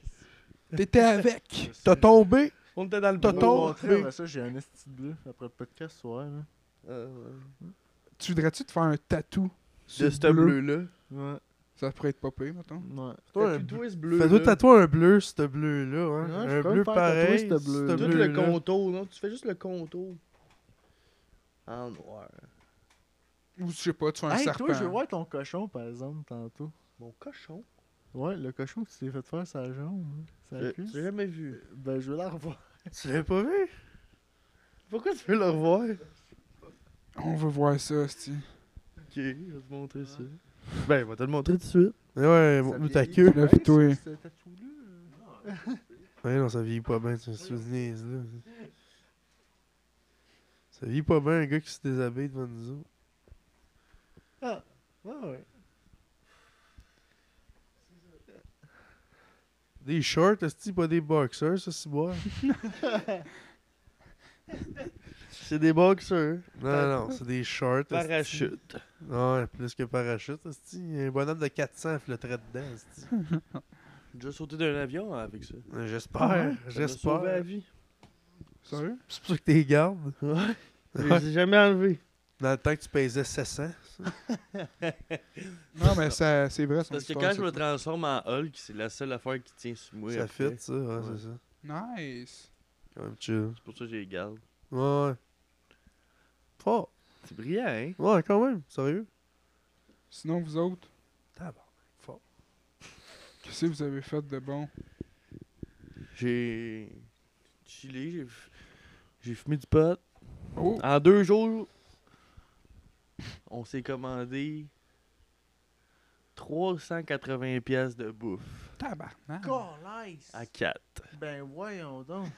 Speaker 3: T'étais avec
Speaker 1: T'as tombé
Speaker 2: On était dans le
Speaker 1: T'as
Speaker 4: je
Speaker 2: bois.
Speaker 1: tombé.
Speaker 4: montrer après ça, j'ai un esti bleu après le podcast ce soir, là.
Speaker 2: Ah, ouais.
Speaker 3: Tu voudrais-tu te faire un tatou
Speaker 2: De ce bleu-là.
Speaker 4: Ouais,
Speaker 3: Ça pourrait être pas pire, mettons.
Speaker 4: ouais.
Speaker 1: Toi, un
Speaker 2: Fais-tu toi, ce bleu-là.
Speaker 1: Fais-toi tatouer un bleu, ce bleu-là. Hein?
Speaker 4: Ouais, je
Speaker 1: un
Speaker 4: pourrais
Speaker 1: bleu
Speaker 4: me faire tatouer
Speaker 1: pareil.
Speaker 4: ce
Speaker 1: ce
Speaker 4: bleu-là.
Speaker 2: Tout
Speaker 1: bleu-là.
Speaker 2: le contour, non? Tu fais juste le contour. Ah, En noir.
Speaker 3: Ou je sais pas, tu fais un
Speaker 4: Hey,
Speaker 3: serpent.
Speaker 4: toi, je veux voir ton cochon, par exemple, tantôt.
Speaker 2: Mon cochon.
Speaker 4: Ouais, le cochon que tu t'es fait faire sa jambe, hein, sa
Speaker 2: Je je
Speaker 4: cuisse.
Speaker 2: l'ai jamais vu.
Speaker 4: Ben, je veux la revoir.
Speaker 1: Tu l'avais pas vu?
Speaker 2: Pourquoi tu veux le revoir?
Speaker 3: On veut voir ça, Sty.
Speaker 2: Ok, je vais te montrer ça. Ben, je vais te le montrer tout de suite.
Speaker 1: Mais ouais, montre-nous ta
Speaker 4: vieillit.
Speaker 1: queue.
Speaker 3: Lève-toi.
Speaker 4: Ouais, c'est- c'est tatou-là, là.
Speaker 1: Ouais, non, ça vieillit pas bien, tu me souviens, là. Ça vieillit pas bien, un gars qui se déshabille devant nous autres.
Speaker 4: Ah, ouais, ouais.
Speaker 1: Des shorts, est-ce pas des boxers, ça, c'est boire?
Speaker 2: C'est des boxeurs.
Speaker 1: Non, non, c'est des shorts. esti.
Speaker 2: Parachute.
Speaker 1: Ouais, plus que parachute. esti. Un bonhomme de 400 flotterait dedans. esti.
Speaker 2: J'ai déjà sauté d'un avion hein, avec ça.
Speaker 1: Euh,
Speaker 3: Ah
Speaker 1: J'espère,
Speaker 2: Ça m'a sauvé la
Speaker 1: j'espère.
Speaker 2: vie.
Speaker 3: Sérieux?
Speaker 1: C'est pour ça que t'es garde.
Speaker 2: Ouais. Je les ai jamais enlevé.
Speaker 1: Dans le temps que tu pesais 700.
Speaker 3: Non, mais ça- c'est vrai. son
Speaker 2: Parce que
Speaker 3: histoire,
Speaker 2: quand je
Speaker 3: ça.
Speaker 2: me transforme en Hulk, c'est la seule affaire qui tient sur moi.
Speaker 1: ça
Speaker 2: après.
Speaker 1: fit, ça. Ouais,
Speaker 2: Ouais.
Speaker 1: c'est ça.
Speaker 3: Nice.
Speaker 1: Quand même chill.
Speaker 2: C'est pour ça que je les garde.
Speaker 1: Ouais, ouais. Fort.
Speaker 2: C'est brillant, hein?
Speaker 1: Ouais, quand même. Sérieux.
Speaker 3: Sinon, vous autres,
Speaker 1: Tabarnak, fort.
Speaker 3: qu'est-ce que vous avez fait de bon?
Speaker 2: J'ai chillé, j'ai f- j'ai fumé du pot.
Speaker 3: Oh!
Speaker 2: En deux jours, on s'est commandé 380 pièces de bouffe
Speaker 3: Tabarnak!
Speaker 4: Calice.
Speaker 2: à quatre.
Speaker 4: Ben voyons donc.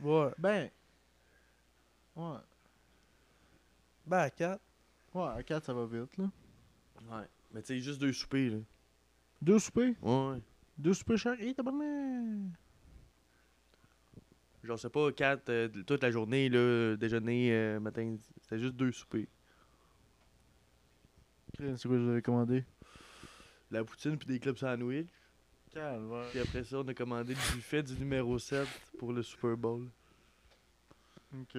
Speaker 1: Ouais.
Speaker 4: Ben. Ouais.
Speaker 1: Ben, à 4.
Speaker 4: Ouais, à 4, ça va vite, là.
Speaker 2: Ouais. Mais tu sais, juste deux soupers, là.
Speaker 4: Deux soupers.
Speaker 2: Ouais.
Speaker 4: Deux soupers chaque. Hé, tabarnak.
Speaker 2: Genre, c'est pas quatre euh, de- toute la journée, là, déjeuner, euh, matin. C'était juste deux soupers.
Speaker 4: Crème, C'est quoi que vous avez commandé?
Speaker 2: La poutine puis des clubs sandwich.
Speaker 4: Calvaire.
Speaker 2: Puis après ça, on a commandé le buffet du numéro 7 pour le Super Bowl.
Speaker 4: Ok.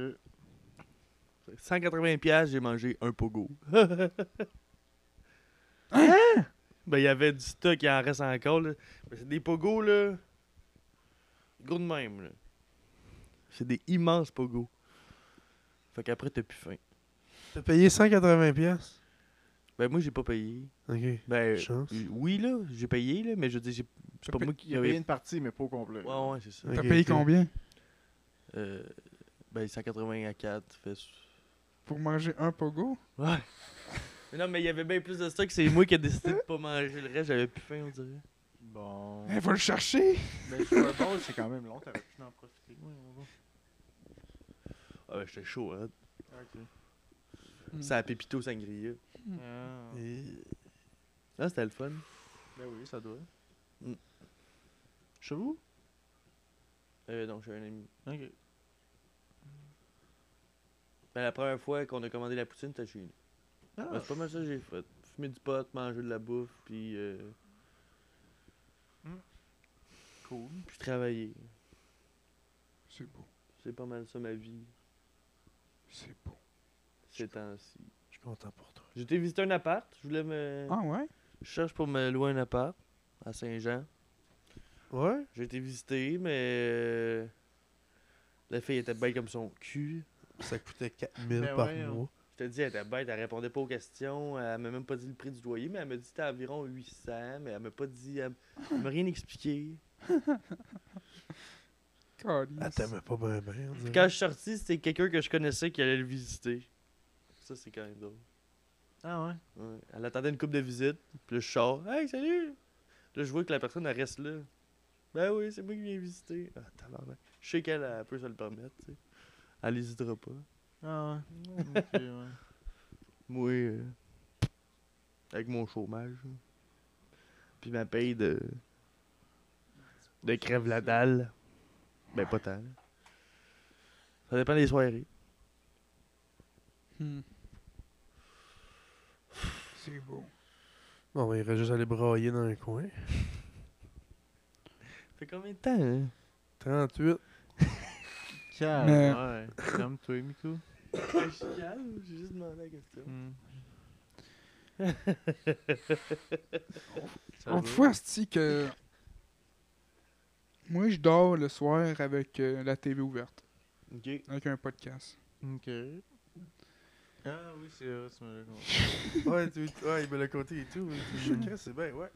Speaker 2: 180 pièces, j'ai mangé un pogo. Ben, il y avait du stock, il en reste encore, là. Mais c'est des pogos, là. Gros de même, là. C'est des immenses pogos. Fait qu'après, t'as plus faim.
Speaker 1: T'as payé 180$. piastres?
Speaker 2: Ben, moi, j'ai pas payé.
Speaker 1: Ok.
Speaker 2: Ben,
Speaker 1: Chance.
Speaker 2: euh, oui, là, j'ai payé, là, mais je dis, c'est pas
Speaker 3: payé-
Speaker 2: moi
Speaker 4: Il
Speaker 2: qui
Speaker 4: a payé
Speaker 2: avais.
Speaker 4: une partie, mais pas au complet.
Speaker 2: Ouais, ouais, c'est ça.
Speaker 1: Ouais.
Speaker 3: T'as
Speaker 1: Ok,
Speaker 3: payé
Speaker 1: ok.
Speaker 3: combien
Speaker 2: Euh, ben, 180 à 4, fait.
Speaker 3: pour manger un pogo?
Speaker 2: Ouais. Mais non, mais il y avait bien plus de ça que c'est moi qui ai décidé de pas manger le reste, j'avais plus faim, on dirait.
Speaker 4: Bon.
Speaker 3: Eh, va le chercher!
Speaker 4: Mais le Super Bowl, c'est quand même long, t'aurais pu en profiter. Voyons donc.
Speaker 2: Ah, ben, j'étais chaud, hein.
Speaker 4: Ok.
Speaker 2: C'est à Pépito Sangria.
Speaker 4: Ah.
Speaker 1: Et-
Speaker 2: Ah, c'était le fun.
Speaker 4: Ben oui, ça doit.
Speaker 2: Mm.
Speaker 4: Chez vous?
Speaker 2: Euh, donc, j'ai un ami.
Speaker 4: Ok.
Speaker 2: Ben, la première fois qu'on a commandé la poutine, t'as chez nous.
Speaker 4: Ah.
Speaker 2: Ben, c'est pas mal ça que j'ai fait. Fumer du pot, manger de la bouffe, puis. Euh,
Speaker 4: cool.
Speaker 2: puis travailler.
Speaker 3: C'est beau.
Speaker 2: C'est pas mal ça ma vie,
Speaker 3: C'est beau.
Speaker 2: ces temps-ci.
Speaker 1: Je suis content pour toi.
Speaker 2: J'étais visiter un appart, je voulais me.
Speaker 3: Ah ouais?
Speaker 2: Je cherche pour me louer un appart à Saint-Jean.
Speaker 1: Ouais?
Speaker 2: J'ai été visité, mais. euh, La fille était belle comme son cul.
Speaker 1: Ça coûtait 4000
Speaker 4: Ben
Speaker 1: par
Speaker 4: voyons.
Speaker 1: mois.
Speaker 2: Je te dis, elle était bête, elle répondait pas aux questions, elle m'a même pas dit le prix du loyer, mais elle m'a dit c'était environ 800, mais elle m'a pas dit, elle, elle m'a rien expliqué.
Speaker 3: Calice.
Speaker 1: Ah, t'aimais pas bien, bien. on dirait.
Speaker 2: Quand je suis sorti, c'était quelqu'un que je connaissais qui allait le visiter. Ça, c'est quand même drôle.
Speaker 4: Ah ouais?
Speaker 2: Ouais. Elle attendait une coupe de visite, puis là, je sors, hey, salut! Là, je vois que la personne, elle reste là. Ben oui, c'est moi qui viens visiter. Ah, tabarnak. Je sais qu'elle elle peut se le permettre, tu sais. Elle hésitera pas.
Speaker 4: Ah ouais. ok, ouais.
Speaker 2: Moi, euh, avec mon chômage, là. puis ma paye de, de crève la dalle, ben pas tant. là. Ça dépend des soirées.
Speaker 3: Hmm. C'est beau.
Speaker 1: Bon, ben, il aurait juste aller brailler dans un coin.
Speaker 2: fait combien de temps, hein?
Speaker 1: 38.
Speaker 4: Calvaire. Comme toi, Miko.
Speaker 2: Je calme, j'ai juste demandé la question.
Speaker 4: Hmm. Ça
Speaker 3: Une
Speaker 4: doit.
Speaker 3: fois, cest que. Moi, je dors le soir avec euh, la TV ouverte,
Speaker 2: Ok.
Speaker 3: avec un podcast.
Speaker 4: Ok. Ah oui, c'est vrai, tu me l'as compris.
Speaker 1: ouais, tu, ouais, il met le côté et tout. Je sais c'est bien, ouais.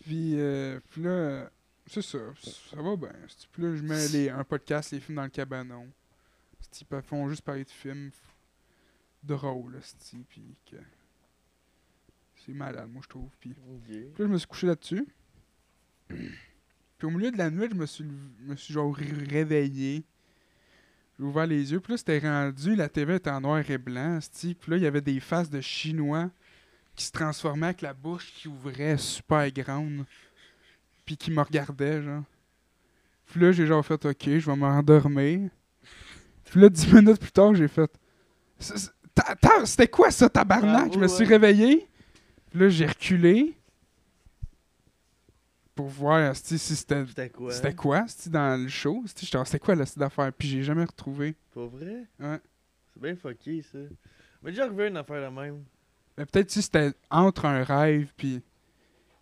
Speaker 3: Puis, euh, puis là, euh, c'est ça, ça va bien. c'est-tu. Puis là, je mets les, un podcast, les films dans le cabanon. Ils font juste parler de films f- drôles, c'est-tu, puis que... C'est malade, moi, je trouve. Puis
Speaker 2: Ok.
Speaker 3: Puis là, je me suis couché là-dessus. Puis au milieu de la nuit, je me suis, lev- je me suis genre ré- réveillé. J'ai ouvert les yeux. Puis là, c'était rendu. La TV était en noir et blanc. c'ti. Puis là, il y avait des faces de Chinois qui se transformaient avec la bouche qui ouvrait super grande. Puis qui me regardaient, genre. Puis là, j'ai genre fait OK, je vais m'endormir. Puis là, 10 minutes plus tard, j'ai fait. C'est- c'est- ta- ta- C'était quoi ça, tabarnak?
Speaker 2: Ah,
Speaker 3: je me
Speaker 2: ouais,
Speaker 3: suis
Speaker 2: ouais.
Speaker 3: réveillé. Puis là, j'ai reculé. Pour voir asti, si c'était.
Speaker 2: C'était quoi?
Speaker 3: C'était quoi, asti, dans le show? Asti, j'étais, C'était quoi la site d'affaires? Puis j'ai jamais retrouvé.
Speaker 2: Pas vrai?
Speaker 3: Ouais.
Speaker 2: C'est bien fucké, ça. Mais déjà arrivé une affaire la même.
Speaker 3: Mais peut-être si c'était entre un rêve, puis.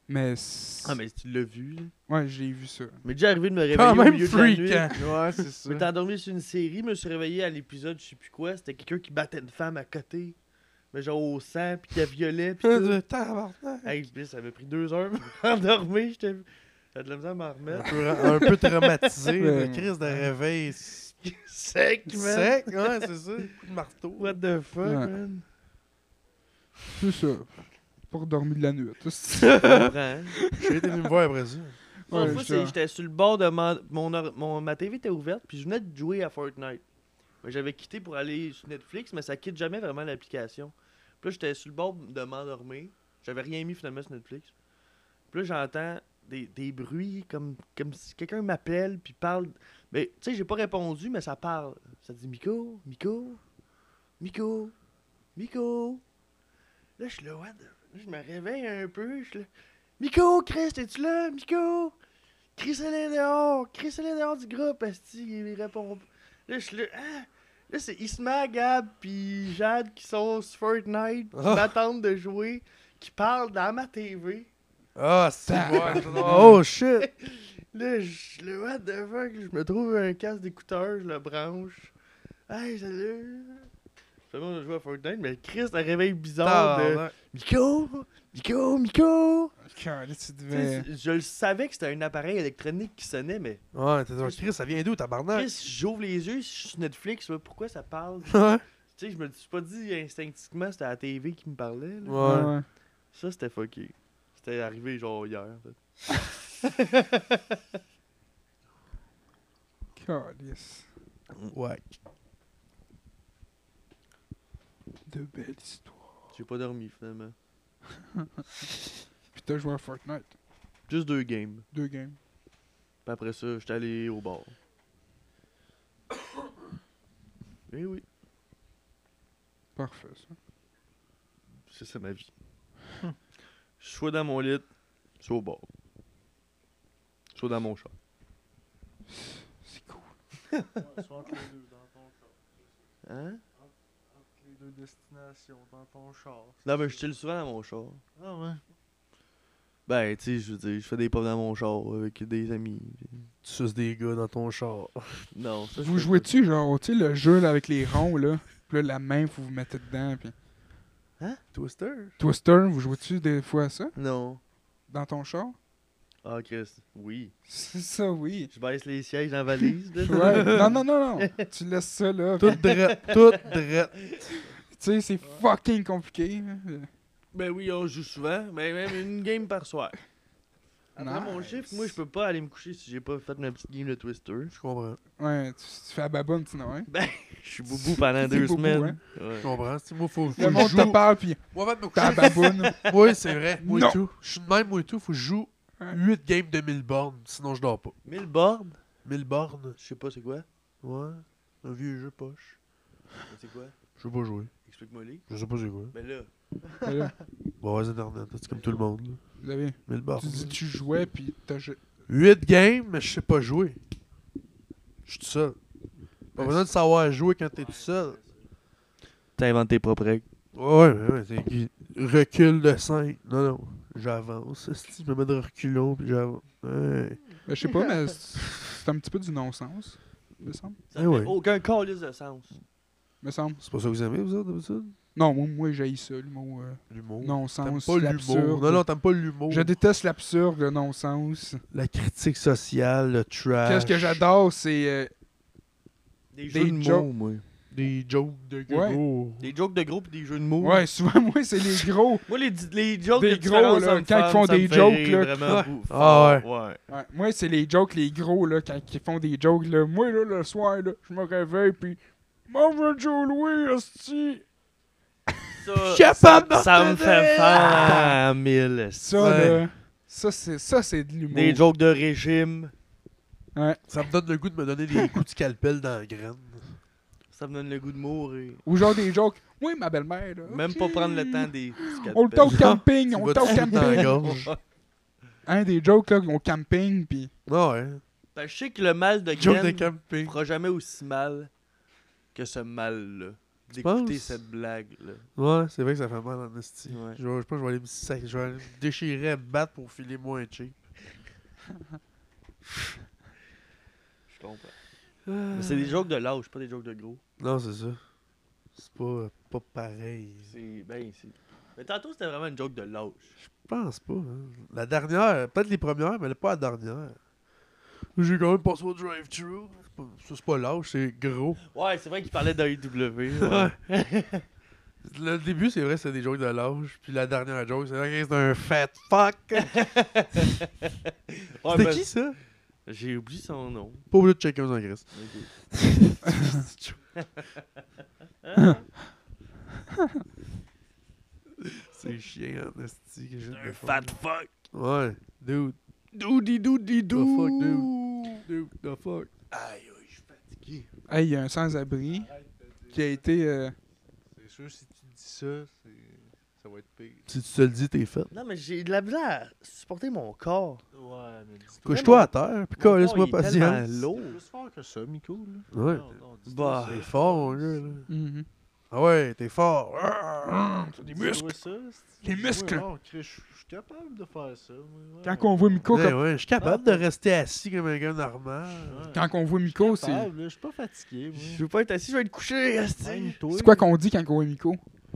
Speaker 3: Mais. c'est-
Speaker 2: Ah, mais tu l'as vu, là.
Speaker 3: Ouais, j'ai vu ça.
Speaker 2: Mais déjà arrivé de me réveiller
Speaker 1: Quand
Speaker 2: au
Speaker 1: même
Speaker 2: milieu de la
Speaker 3: hein?
Speaker 1: freakant.
Speaker 2: nuit.
Speaker 4: Ouais, c'est
Speaker 2: Je m'étais
Speaker 4: ça.
Speaker 2: endormi sur une série, me suis réveillé à l'épisode, je sais plus quoi, c'était quelqu'un qui battait une femme à côté. Mais genre au sang, puis qui la violait, puis tout.
Speaker 1: Tabarnak.
Speaker 2: Hey, puis ça m'a pris deux heures pour m'endormir, j'étais... J'ai de la misère à m'en
Speaker 1: Un
Speaker 2: remettre.
Speaker 1: peu, un peu traumatisé,
Speaker 3: Ouais.
Speaker 1: la crise de réveil sec,
Speaker 2: Sec, man!
Speaker 1: ouais, c'est ça, coup de marteau.
Speaker 2: What the fuck,
Speaker 3: Ouais.
Speaker 2: man?
Speaker 3: C'est ça. Pour dormir de la nuit. asti.
Speaker 2: Je comprends.
Speaker 1: J'ai été venu me voir après ça.
Speaker 2: Bon,
Speaker 3: Ouais,
Speaker 2: moi,
Speaker 3: je-
Speaker 2: c'est- j'étais sur le bord de ma... Mon, or- mon- ma TV était ouverte, puis je venais de jouer à Fortnite. Mais j'avais quitté pour aller sur Netflix, mais ça quitte jamais vraiment l'application. Puis là, j'étais sur le bord de m'endormir. J'avais rien mis finalement sur Netflix. Puis là, j'entends des, des bruits comme, comme si quelqu'un m'appelle, puis parle. Mais tu sais, j'ai pas répondu, mais ça parle. Ça dit Miko, Miko, Miko, Miko. Là, je suis là, what the- là, Je me réveille un peu, je suis là. Miko, Chris, es-tu là, Miko? Chris, elle est dehors! Chris, elle est dehors du groupe, Asti, il répond. pas. Là, je suis là. Ah! Là, c'est Isma, Gab, puis Jade qui sont sur Fortnite, qui
Speaker 1: Ah.
Speaker 2: m'attendent de jouer, qui parlent dans ma TV.
Speaker 1: Ah, c'est
Speaker 3: Tabarnak.
Speaker 1: bon. Oh shit.
Speaker 2: Là, je le what the fuck, je me trouve un casque d'écouteur, je le branche. Hey, salut! Finalement, on a joué à Fortnite, mais Chris, un réveil bizarre de
Speaker 1: Tabarnak.
Speaker 2: Miko! Miko! Miko!
Speaker 3: Calais, tu
Speaker 2: Tu sais,
Speaker 3: devais.
Speaker 2: Je le savais que c'était un appareil électronique qui sonnait, mais
Speaker 1: Ouais, t'es un Chris, ça vient d'où, tabarnak?
Speaker 2: Chris, j'ouvre les yeux, je suis sur Netflix, là, pourquoi ça parle? tu
Speaker 1: Ouais.
Speaker 2: sais, je me suis pas dit instinctivement, c'était la TV qui me parlait. là.
Speaker 1: Ouais.
Speaker 3: Ouais.
Speaker 2: Ça, c'était fucké. C'était arrivé genre hier. en fait.
Speaker 3: Calisse.
Speaker 1: Ouais.
Speaker 3: De belles histoires.
Speaker 2: J'ai pas dormi finalement.
Speaker 3: Puis t'as joué à Fortnite.
Speaker 2: Juste deux games.
Speaker 3: Deux games.
Speaker 2: Puis après ça, j'étais allé au bar. Eh oui,
Speaker 3: Parfait, ça.
Speaker 2: c'est ça ma vie. Soit dans mon lit, soit au bar. Soit dans mon chat.
Speaker 3: C'est cool.
Speaker 2: Hein?
Speaker 4: Les deux destinations dans ton char.
Speaker 2: Non, mais je chill souvent dans mon char.
Speaker 4: Ah ouais.
Speaker 2: Ben, tu sais, je veux dire, je fais des pubs dans mon char avec des amis.
Speaker 1: Tu suces des gars dans ton char.
Speaker 2: Non, ça, je
Speaker 3: Vous
Speaker 2: fais pas.
Speaker 3: jouez-tu, genre, tu sais, le jeu là, avec les ronds, là? Puis là, la main, vous vous mettez dedans. Puis...
Speaker 1: Hein? Twister?
Speaker 3: Twister, vous jouez-tu des fois à ça?
Speaker 2: Non.
Speaker 3: Dans ton char?
Speaker 2: Ah, Chris, oui.
Speaker 3: C'est ça, oui.
Speaker 2: Je baisse les sièges dans la valise. là.
Speaker 3: Ouais. non, non, non, non. tu laisses ça, là.
Speaker 1: Tout
Speaker 3: puis,
Speaker 1: drette, tout drette.
Speaker 3: Tu sais, c'est fucking compliqué. là.
Speaker 2: Ben oui, on joue souvent, mais même une game par soir. Après mon
Speaker 3: Nice.
Speaker 2: chiffre, moi, je peux pas aller me coucher si j'ai pas fait ma petite game de Twister.
Speaker 1: Je comprends.
Speaker 3: Ouais, tu, tu fais à baboune, sinon, hein?
Speaker 2: Je suis boubou pendant
Speaker 3: T'es
Speaker 2: deux
Speaker 3: boubou, hein?
Speaker 2: semaines. Ouais.
Speaker 1: Je comprends. C'est moi, faut, faut
Speaker 3: Le
Speaker 1: que je
Speaker 3: monde te
Speaker 1: joue.
Speaker 3: parle, puis
Speaker 1: Moi, va me
Speaker 3: t'es à
Speaker 1: coucher.
Speaker 3: baboune.
Speaker 1: Oui, c'est vrai. Moi
Speaker 3: Non.
Speaker 1: et tout. Je suis de même, moi et tout. Faut que je joue
Speaker 3: Ouais.
Speaker 1: 8 games de 1000 bornes. Sinon, je dors pas.
Speaker 2: Mille bornes?
Speaker 1: 1000 bornes.
Speaker 2: Je sais pas c'est quoi.
Speaker 1: Ouais. Un vieux jeu poche.
Speaker 2: Mais C'est quoi?
Speaker 1: Je sais pas jouer.
Speaker 2: Explique-moi les.
Speaker 1: Je sais pas c'est quoi.
Speaker 2: Ben là,
Speaker 3: Mais là,
Speaker 1: Bon, ouais, c'est internet. C'est comme tout le monde. là.
Speaker 3: vous avez...
Speaker 1: 1000
Speaker 3: Tu dis
Speaker 1: bornes.
Speaker 3: tu jouais, puis t'as joué.
Speaker 1: 8 games, mais je sais pas jouer. Je suis tout seul. Pas besoin de savoir jouer quand t'es tout seul.
Speaker 2: t'inventes tes propres règles.
Speaker 1: Ouais, ouais, ouais. c'est qui- Recul de 5. Non, non. J'avance. esti, Je me mets de reculons puis j'avance. Ouais.
Speaker 3: Ben, je sais pas, mais c'est c'est un petit peu du non-sens, me semble.
Speaker 2: Ça
Speaker 1: Eh
Speaker 2: fait
Speaker 1: ouais.
Speaker 2: aucun calice de sens.
Speaker 4: Ben,
Speaker 3: Me semble.
Speaker 1: C'est pas ça que vous aimez, vous autres, d'habitude?
Speaker 3: Non, moi, moi j'haïs ça, le mot euh,
Speaker 1: L'humour. T'aimes
Speaker 3: non-sens.
Speaker 1: pas l'humour.
Speaker 3: l'absurde.
Speaker 1: Non, non, t'aimes pas l'humour.
Speaker 3: Je déteste l'absurde, le non-sens.
Speaker 1: La critique sociale, le trash.
Speaker 3: Qu'est-ce que j'adore, c'est. euh,
Speaker 2: Des,
Speaker 3: jeux de mots,
Speaker 2: moi.
Speaker 1: Des jokes de
Speaker 3: Ouais.
Speaker 1: gros.
Speaker 2: Des jokes de groupe, des jeux de mots.
Speaker 3: Ouais, souvent, moi, c'est les gros.
Speaker 2: Moi, les, di- les jokes
Speaker 3: Des
Speaker 2: de
Speaker 3: gros,
Speaker 2: différence,
Speaker 3: là,
Speaker 2: ça me
Speaker 3: quand ils
Speaker 2: fait-
Speaker 3: font
Speaker 2: ça me
Speaker 3: des
Speaker 2: fait
Speaker 3: jokes,
Speaker 2: rire
Speaker 3: là.
Speaker 2: vraiment
Speaker 1: Ouais.
Speaker 2: beaucoup.
Speaker 1: Ah
Speaker 2: ouais.
Speaker 3: Ouais, moi, c'est les jokes, les gros, là, quand ils font des jokes, là. Moi, là, le soir, là, je me réveille, puis. Mon vieux Joe Louis, hostie!
Speaker 2: Ça,
Speaker 1: Capable
Speaker 2: ça, ça me fait faire à mille.
Speaker 3: Ça,
Speaker 1: Ouais.
Speaker 3: là. Ça, c'est, ça, c'est de l'humour.
Speaker 2: Des jokes de régime.
Speaker 1: Ça me donne le goût de me donner des coups de scalpel dans la graine.
Speaker 2: Ça me donne le goût de mourir.
Speaker 3: Ou genre des jokes. Oui, ma belle-mère, là.
Speaker 2: Même pas prendre le temps des.
Speaker 3: On le t'a au camping, on
Speaker 1: On
Speaker 3: le t'a au
Speaker 1: dans la
Speaker 3: camping.
Speaker 1: gorge.
Speaker 3: Un des jokes, là, au camping, puis
Speaker 1: Non, ouais.
Speaker 2: Ben, je sais que le mal de
Speaker 1: Joke de
Speaker 2: Glenn
Speaker 1: camping.
Speaker 2: fera jamais aussi mal que ce mal-là.
Speaker 1: penses?
Speaker 2: D'écouter cette blague-là.
Speaker 1: Ouais, c'est vrai que ça fait mal en esti.
Speaker 2: Ouais.
Speaker 1: Je, vais- je pense que je vais aller me, sac- je vais aller me déchirer à me battre pour filer moins cheap.
Speaker 2: Je comprends. Mais c'est des jokes de lâche, pas des jokes de gros.
Speaker 1: Non, c'est ça. C'est pas, pas pareil.
Speaker 2: C'est ben ici. Mais tantôt, c'était vraiment une joke de lâche.
Speaker 1: Je pense pas. hein. La dernière, peut-être les premières, mais pas la dernière. J'ai quand même passé au drive-thru. C'est pas- Ça, c'est pas lâche, c'est gros.
Speaker 2: Ouais, c'est vrai qu'il parlait d'AEW.
Speaker 1: Ouais. Le début, c'est vrai, c'est des jokes de lâche. Puis la dernière joke, c'est vrai que c'est un fat fuck.
Speaker 2: Ouais,
Speaker 1: C'était
Speaker 2: ben,
Speaker 1: qui ça?
Speaker 2: J'ai oublié son nom.
Speaker 1: Pas oublié de checker en Grèce. C'est chiant, en esti, que je
Speaker 2: Un fat fuck.
Speaker 1: Ouais, dude.
Speaker 3: Doudi doudi
Speaker 1: The fuck,
Speaker 3: dou.
Speaker 1: Dude, the fuck.
Speaker 2: Aïe, aïe, je suis fatigué.
Speaker 3: Hey, il y a un sans-abri qui a été. euh,
Speaker 1: C'est sûr, si tu dis ça, ça va être pire. Si tu te le dis, t'es fait.
Speaker 2: Non, mais j'ai de la misère à supporter mon corps.
Speaker 4: Ouais, mais dis
Speaker 1: Couche-toi à terre, puis
Speaker 2: Mon corps,
Speaker 1: laisse-moi
Speaker 2: il est tellement
Speaker 1: patience.
Speaker 2: lourd.
Speaker 4: plus fort que ça, Miko, là.
Speaker 1: Ouais.
Speaker 4: Non, non, dis-toi
Speaker 2: Bah.
Speaker 4: ça.
Speaker 1: T'es fort, mon gars, là.
Speaker 3: mhm.
Speaker 1: Ah ouais, t'es fort.
Speaker 3: T'as des
Speaker 4: Dis-toi
Speaker 3: muscles.
Speaker 4: ça, c'est-
Speaker 3: Des muscles.
Speaker 4: Ouais, ouais, on crée- Je je suis capable de faire ça. moi, ouais.
Speaker 3: Quand on voit Miko,
Speaker 1: Eh Ouais,
Speaker 3: comme-
Speaker 1: ouais, je suis capable de rester assis comme un gars normal.
Speaker 4: Ouais.
Speaker 3: quand on voit Miko,
Speaker 4: Je suis
Speaker 3: c'est.
Speaker 4: capable, là, Je suis pas fatigué, moi.
Speaker 2: Je veux pas être assis, je vais être couché. esti.
Speaker 3: C'est quoi qu'on dit quand on voit Miko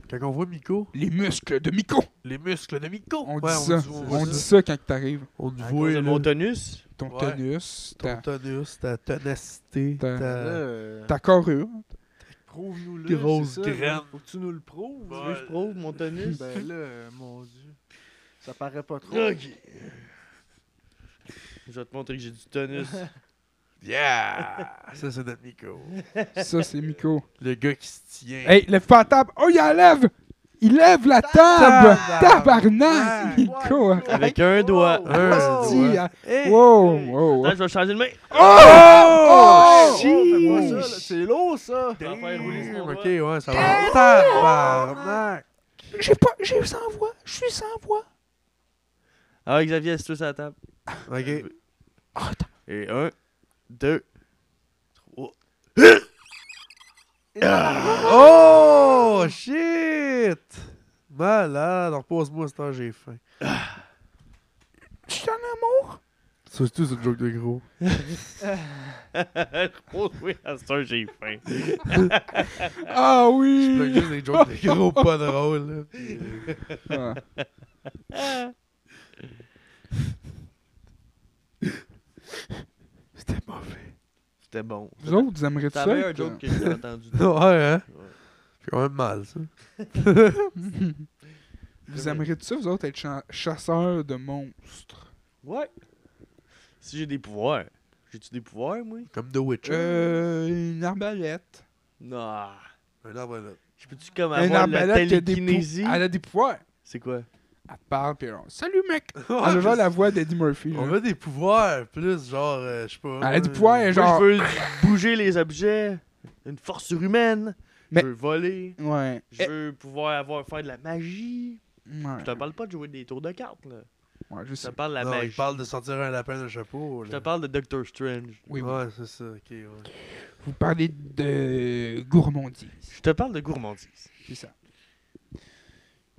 Speaker 1: Quand on voit Miko,
Speaker 3: Les muscles de Miko
Speaker 1: les muscles de Miko.
Speaker 3: On
Speaker 1: Ouais,
Speaker 3: dit ça.
Speaker 1: voit
Speaker 3: On dit ça quand t'arrives.
Speaker 1: On te
Speaker 2: À cause
Speaker 1: voit,
Speaker 2: de
Speaker 1: là,
Speaker 2: mon tonus.
Speaker 3: Ton
Speaker 1: Ouais.
Speaker 3: tonus,
Speaker 1: ton
Speaker 3: ta,
Speaker 1: tonus, ta tenacité,
Speaker 3: Ta-
Speaker 1: ta...
Speaker 2: Euh,
Speaker 3: ta carrure.
Speaker 4: Prouve-nous-le.
Speaker 1: Des roses
Speaker 4: c'est ça, euh, là.
Speaker 1: graines.
Speaker 4: Faut que tu nous le prouves.
Speaker 2: Tu veux que je prouve mon tonus?
Speaker 4: Ben là, euh, mon dieu. Ça paraît pas trop.
Speaker 2: Ok. Je vais te montrer que j'ai du tonus.
Speaker 1: Yeah! ça, c'est notre Miko.
Speaker 3: Ça, c'est Miko.
Speaker 1: Le gars qui se tient.
Speaker 3: Hey, lève pas la table. Oh, il la lève Il lève la table
Speaker 1: Ouais.
Speaker 3: Tabarnak Miko hein.
Speaker 2: Avec un doigt.
Speaker 4: Wow.
Speaker 1: Un,
Speaker 3: Si,
Speaker 1: ouais.
Speaker 3: hein.
Speaker 2: Eh.
Speaker 1: Hey!
Speaker 3: Wow, wow, wow.
Speaker 2: Attends, je vais changer de main.
Speaker 1: Oh!
Speaker 4: Oh, fais pas ça, là. C'est lourd, ça.
Speaker 2: Je vais faire rouler ce qu'on
Speaker 1: Ok,
Speaker 2: voit.
Speaker 1: ouais, ça va. Tabarnak!
Speaker 3: J'ai pas. J'ai sans voix. Je suis sans voix.
Speaker 2: Ah, Xavier, assieds-toi sur la table.
Speaker 1: Ok.
Speaker 2: Et un, deux, trois.
Speaker 1: Oh! Shit! Malade! Repose-moi, c'est temps, j'ai faim.
Speaker 3: Je suis en amour.
Speaker 1: Surtout, c'est une joke de gros.
Speaker 2: Oh oui, à ce temps, j'ai faim.
Speaker 3: Ah
Speaker 1: Je plug
Speaker 3: oui.
Speaker 1: juste des jokes de gros pas drôles, là. Puis, euh,
Speaker 3: Ah.
Speaker 1: C'était mauvais.
Speaker 2: C'était bon.
Speaker 3: Vous autres, vous aimeriez ça?
Speaker 2: T'avais un
Speaker 3: être,
Speaker 2: joke que j'ai entendu.
Speaker 1: Ouais, hein?
Speaker 2: Ouais.
Speaker 1: C'est quand même mal, ça.
Speaker 3: euh, Vous aimeriez ça, vous autres, être cha- chasseurs de monstres?
Speaker 2: Ouais. Si j'ai des pouvoirs. J'ai-tu des pouvoirs, moi?
Speaker 1: Comme The Witcher.
Speaker 3: Euh, une arbalète.
Speaker 2: Non.
Speaker 1: Un arbre là.
Speaker 2: Je peux-tu comme
Speaker 3: Une
Speaker 2: avoir la
Speaker 3: arbalète qui a des
Speaker 2: télékinésie?
Speaker 3: pou- Elle a des pouvoirs.
Speaker 2: C'est quoi?
Speaker 3: Elle te parle, puis on... Salut, mec! Elle a genre la voix d'Eddie Murphy.
Speaker 1: On
Speaker 3: Là.
Speaker 1: a des pouvoirs, plus genre, euh, je sais pas.
Speaker 3: Elle a des
Speaker 1: euh,
Speaker 3: pouvoirs, elle-
Speaker 2: Moi,
Speaker 3: Genre-
Speaker 2: je veux bouger les objets. Une force surhumaine.
Speaker 3: Mais- Eh-
Speaker 2: Je veux voler.
Speaker 3: Ouais.
Speaker 2: Je veux pouvoir avoir, faire de la magie.
Speaker 3: Ouais.
Speaker 2: Je te parle pas de jouer des tours de cartes, là.
Speaker 3: Ouais, je
Speaker 2: Je te
Speaker 3: sais.
Speaker 2: parle de la
Speaker 1: non,
Speaker 2: magie.
Speaker 1: il parle de sortir un lapin d'un chapeau.
Speaker 2: Je te
Speaker 1: là.
Speaker 2: parle de Doctor Strange.
Speaker 3: Oui, oui.
Speaker 1: Ouais, c'est ça, ok, ouais.
Speaker 3: Vous parlez de gourmandise.
Speaker 2: Je te parle de gourmandise.
Speaker 3: C'est ça. Il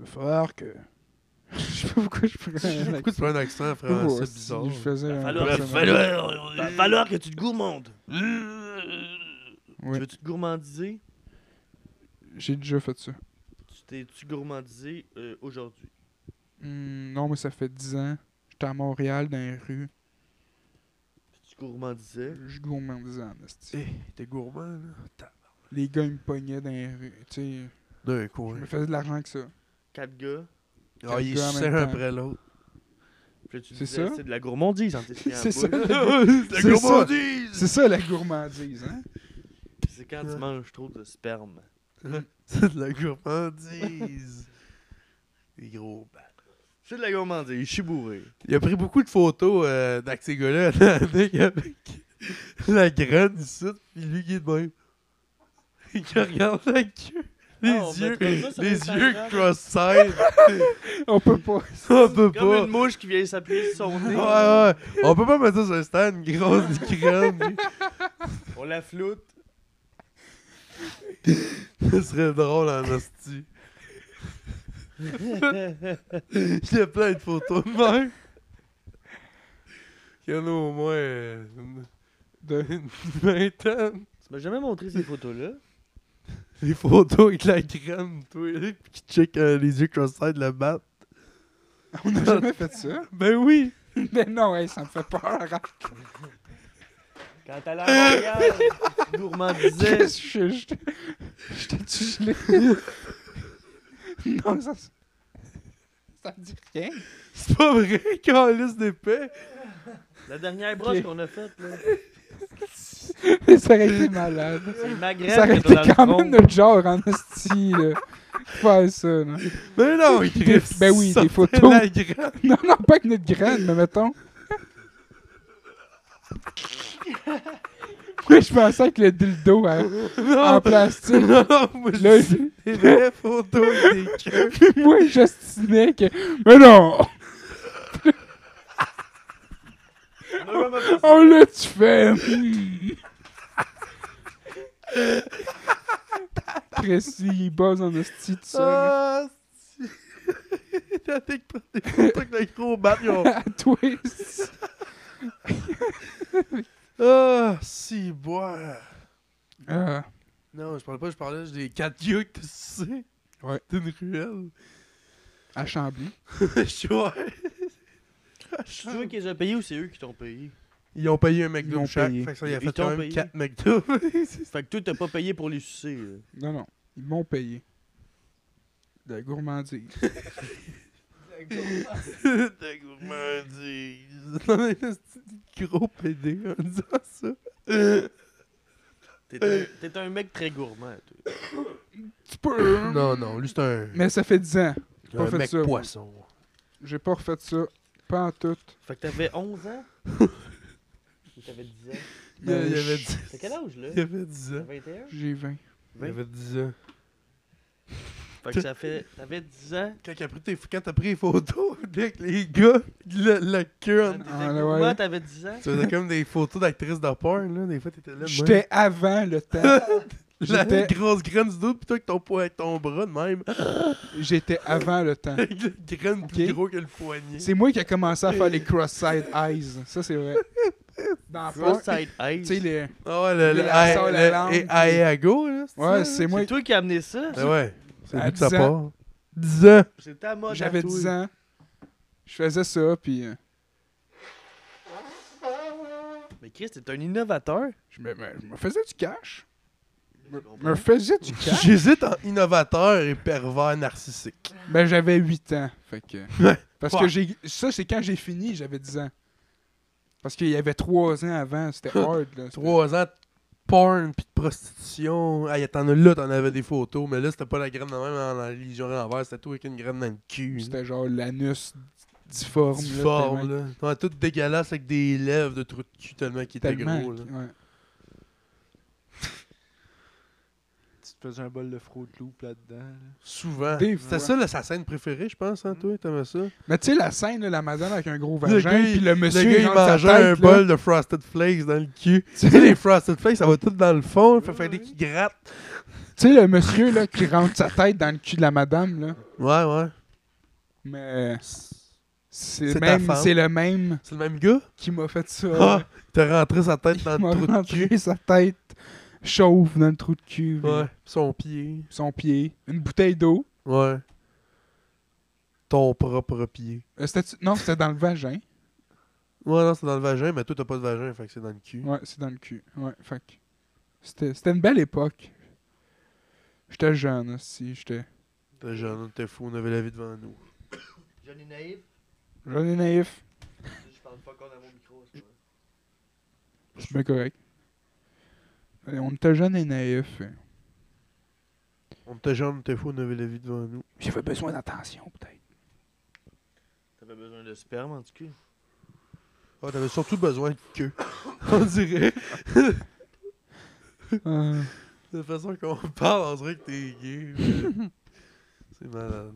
Speaker 3: va falloir que. je sais pas pourquoi je prends.
Speaker 1: Pourquoi tu prends un accent
Speaker 3: Oh,
Speaker 2: euh,
Speaker 1: français
Speaker 3: si,
Speaker 1: bizarre?
Speaker 3: Je faisais un
Speaker 2: falloir-
Speaker 3: personnage.
Speaker 2: falloir- va falloir que tu te gourmandes.
Speaker 3: Oui.
Speaker 2: Tu veux-tu te gourmandiser?
Speaker 3: J'ai déjà fait ça.
Speaker 2: Tu t'es-tu gourmandisé euh, aujourd'hui?
Speaker 3: Hmm, non, mais ça fait 10 ans. J'étais à Montréal, dans les rues.
Speaker 2: Tu te gourmandisais?
Speaker 3: Je gourmandisais en esti.
Speaker 1: Eh, t'es gourmand, là. T'as-
Speaker 3: Les gars, ils me pognaient dans les rues. Tu sais,
Speaker 1: D'un
Speaker 3: je
Speaker 1: coin.
Speaker 3: me faisais de l'argent avec ça.
Speaker 2: Quatre gars.
Speaker 1: Ah, il
Speaker 3: Quatre gars en
Speaker 1: suçait
Speaker 3: même
Speaker 1: un
Speaker 3: temps.
Speaker 1: après l'autre.
Speaker 2: Puis là, tu
Speaker 3: C'est
Speaker 2: disais,
Speaker 3: ça?
Speaker 2: c'est de la gourmandise hein, en t'essayant la
Speaker 3: C'est ça.
Speaker 2: bouche.
Speaker 1: La
Speaker 3: C'est ça.
Speaker 1: gourmandise!
Speaker 3: C'est ça la gourmandise, hein?
Speaker 2: C'est quand tu manges trop de sperme.
Speaker 1: C'est de la gourmandise! Des gros bats.
Speaker 2: C'est de la gourmandise, je suis bourré.
Speaker 1: Il a pris beaucoup de photos euh, avec ces gars-là avec la graine ici, puis lui qui est de même. Il regarde la queue. Les
Speaker 2: Ah, on
Speaker 1: yeux,
Speaker 2: mettra ça sur
Speaker 1: les
Speaker 2: Instagram.
Speaker 1: yeux cross-side.
Speaker 3: On peut pas.
Speaker 1: Ça, on peut
Speaker 2: Comme
Speaker 1: pas.
Speaker 2: une mouche qui vient s'appuyer sur son nez.
Speaker 1: Ouais, ouais. On peut pas mettre ça sur un stand, une grosse crème.
Speaker 2: On la floute.
Speaker 1: Ce serait drôle en hostie.
Speaker 2: Moi,
Speaker 1: Il y a plein de photos de même. Il y en a au moins euh, une,
Speaker 3: De...
Speaker 1: une vingtaine.
Speaker 2: Tu m'as jamais montré ces photos-là.
Speaker 1: Les photos avec la crème, toi, là, pis qui check euh, les yeux cross-side le bat.
Speaker 3: On n'a jamais fait ça.
Speaker 1: Ben oui!
Speaker 3: Mais non, hey, ça me fait peur. hein. arrête.
Speaker 2: Quand t'allais à Montréal, tu gourmandisais.
Speaker 3: Qu'est-ce que je je- je t'ai-tu gelé? non, ça. Ça me dit rien.
Speaker 1: C'est pas vrai, calice d'épais!
Speaker 2: La dernière broche
Speaker 3: Ok.
Speaker 2: qu'on a faite, là.
Speaker 3: Mais ça aurait été malade.
Speaker 2: C'est
Speaker 3: Ça aurait
Speaker 2: Maghreb
Speaker 3: été
Speaker 2: qui est
Speaker 3: quand
Speaker 2: dans
Speaker 3: même
Speaker 2: le
Speaker 3: notre genre en hostie, là. Faire ça, là.
Speaker 1: Ben non, il
Speaker 3: Des- ben oui, des photos.
Speaker 1: La crème.
Speaker 3: Non, non, pas avec notre graine, mais mettons. Moi, je pensais avec le dildo hein, en
Speaker 1: Non,
Speaker 3: plastique.
Speaker 1: non, non, moi je
Speaker 3: Là,
Speaker 1: dis des vraies photos avec des queues.
Speaker 3: Puis moi, j'ostinais que. Mais non! On l'a-tu fait? Hmm. Chris, il buzz en hostie, tout ça.
Speaker 1: Ah, si. T'as des photos avec des gros bat, ils ont-
Speaker 3: À twist.
Speaker 1: Ah, si, boire.
Speaker 3: Ah,
Speaker 1: Non, je parlais pas, je parlais des quatre yeux que tu sais.
Speaker 3: Ouais.
Speaker 1: T'es une ruelle.
Speaker 3: à Chambly.
Speaker 1: Je suis ouais.
Speaker 2: C'est eux qui les ont payés ou c'est eux qui t'ont payé?
Speaker 1: Ils ont payé un
Speaker 3: Ils l'ont
Speaker 1: McDo chaque.
Speaker 3: payé.
Speaker 1: Fait que ça, il a
Speaker 2: Ils
Speaker 1: fait
Speaker 2: t'ont
Speaker 1: quand même
Speaker 2: payé.
Speaker 1: 4 McDo.
Speaker 2: Fait que toi, t'as pas payé pour les sucer, là.
Speaker 3: Non, non. Ils m'ont payé. De la gourmandise.
Speaker 1: T'as gourmandise. Non, mais là, c'est un gros PD en disant ça.
Speaker 2: T'es un, t'es un mec très gourmand, toi.
Speaker 3: Tu peux. hein?
Speaker 1: Non, non, lui, c'est un,
Speaker 3: Mais ça fait 10 ans. pas
Speaker 1: un
Speaker 3: fait
Speaker 1: mec
Speaker 3: ça, moi.
Speaker 1: poisson.
Speaker 3: J'ai pas refait ça. Pas en tout.
Speaker 2: Fait que t'avais 11 ans? Ou t'avais 10 ans?
Speaker 1: Il, y
Speaker 3: Mais je-
Speaker 1: avait 10,
Speaker 2: T'as quel âge, là?
Speaker 1: il avait 10
Speaker 2: T'as
Speaker 1: ans.
Speaker 2: 21?
Speaker 3: J'ai 20.
Speaker 1: Il avait 10 ans.
Speaker 2: Fait que ça fait... T'avais 10 ans?
Speaker 1: Quand t'as pris tes, quand t'as pris les photos avec les gars, la, la queue en
Speaker 2: Quand t'étais
Speaker 3: Ah, ouais.
Speaker 2: gourmand, t'avais 10 ans?
Speaker 1: Tu faisais comme des photos d'actrices de porn, là. Des fois, t'étais là. de même.
Speaker 3: J'étais avant le temps.
Speaker 1: La
Speaker 3: j'étais-
Speaker 1: grosse graine du dos, pis toi, avec ton, poing- avec ton bras de même.
Speaker 3: J'étais avant le temps.
Speaker 1: Avec la graine plus
Speaker 3: Ok.
Speaker 1: gros que le poignet.
Speaker 3: C'est moi qui ai commencé à faire les cross-side eyes. Ça, c'est vrai. Dans le fond,
Speaker 2: Cross-side
Speaker 3: tu sais,
Speaker 2: eyes.
Speaker 3: les...
Speaker 1: Ah ouais, le.
Speaker 3: Le
Speaker 1: le,
Speaker 3: lasso,
Speaker 1: le-
Speaker 3: la
Speaker 1: le-
Speaker 3: langue,
Speaker 1: et-
Speaker 3: puis-
Speaker 1: Ayago, là. c'est
Speaker 3: Ouais,
Speaker 1: ça,
Speaker 3: c'est moi.
Speaker 2: C'est toi qui as amené ça?
Speaker 1: Ben ouais. C'est
Speaker 3: À
Speaker 1: lui que ça
Speaker 3: 10
Speaker 1: part. 10 ans.
Speaker 2: C'est ta mode à
Speaker 3: J'avais
Speaker 2: toi.
Speaker 3: 10 ans. Je faisais ça, puis euh,
Speaker 2: Mais Chris, t'es un innovateur.
Speaker 3: je me, me- je me faisais du cash.
Speaker 2: Je
Speaker 3: Je me
Speaker 2: comprends.
Speaker 3: faisais du cash.
Speaker 1: J'hésite en innovateur et pervers narcissique.
Speaker 3: Mais Ben, j'avais 8 ans. Fait que...
Speaker 1: Ouais.
Speaker 3: Parce
Speaker 1: Ouais.
Speaker 3: que j'ai ça, c'est quand j'ai fini, j'avais 10 ans. Parce qu'il y avait 3 ans avant. C'était hard, là. C'était-
Speaker 1: 3 ans de porn pis de prostitution. Ah, y a- t'en as là, t'en avais des photos, mais là, c'était pas la graine de même en la religion à l'envers, c'était tout avec une graine dans le cul.
Speaker 3: C'était genre l'anus difforme. là,
Speaker 1: Forme,
Speaker 3: tellement-
Speaker 1: Mmh. là. Ouais, tout dégueulasse avec des lèvres de trou de cul tellement qu'il était
Speaker 3: Tellement.
Speaker 1: gros, là.
Speaker 3: ouais.
Speaker 4: Tu te faisais un bol de Froot Loop là-dedans. là.
Speaker 1: Souvent.
Speaker 3: Des
Speaker 1: C'était
Speaker 3: fois.
Speaker 1: ça, là, sa scène préférée, je pense, hein, toi, t'aimais ça?
Speaker 3: Mais tu sais, la scène, là, la madame avec un gros
Speaker 1: Le
Speaker 3: vagin,
Speaker 1: gars,
Speaker 3: puis
Speaker 1: il-
Speaker 3: le monsieur,
Speaker 1: le gars, il
Speaker 3: rentre sa
Speaker 1: mangeait un
Speaker 3: tête, là.
Speaker 1: bol de Frosted Flakes dans le cul. tu sais, les Frosted Flakes, ça va tout dans le fond, il fallait qu'il gratte.
Speaker 3: Tu sais, le monsieur, là, qui rentre sa tête dans le cul de la madame, là.
Speaker 1: Ouais, ouais.
Speaker 3: Mais
Speaker 1: C'est C'est ta
Speaker 3: c'est même-
Speaker 1: femme.
Speaker 3: c'est le même
Speaker 1: le même gars?
Speaker 3: qui m'a fait ça.
Speaker 1: Ah! T'as rentré sa tête dans
Speaker 3: Il m'a
Speaker 1: le trou de cul.
Speaker 3: rentré sa tête chauve dans le trou de cul.
Speaker 1: Ouais. Son pied.
Speaker 3: Son pied. Une bouteille d'eau.
Speaker 1: Ouais. Ton propre pied.
Speaker 3: Euh, c'était-tu- non, c'était dans le vagin.
Speaker 1: Ouais, non, c'est dans le vagin, mais toi, t'as pas de vagin, fait que c'est dans le cul.
Speaker 3: Ouais, c'est dans le cul. Ouais, fait que C'était c'était une belle époque. J'étais jeune aussi, j'étais...
Speaker 1: T'es jeune, t'es fou, on avait la vie devant nous.
Speaker 2: Jeune et naïf,
Speaker 3: Jeune et naïf.
Speaker 2: je parle pas encore dans mon micro. c'est vrai.
Speaker 3: Je suis bien correct. Euh, On était jeune et naïf. euh.
Speaker 1: On était jeune, t'es fou, on avait la vie devant nous.
Speaker 3: J'avais besoin d'attention, peut-être.
Speaker 2: T'avais besoin de sperme, en tout cas.
Speaker 1: Ah, t'avais surtout besoin de queue. on dirait.
Speaker 3: Euh,
Speaker 1: De la façon qu'on parle, on dirait que t'es gay. mais- c'est malade.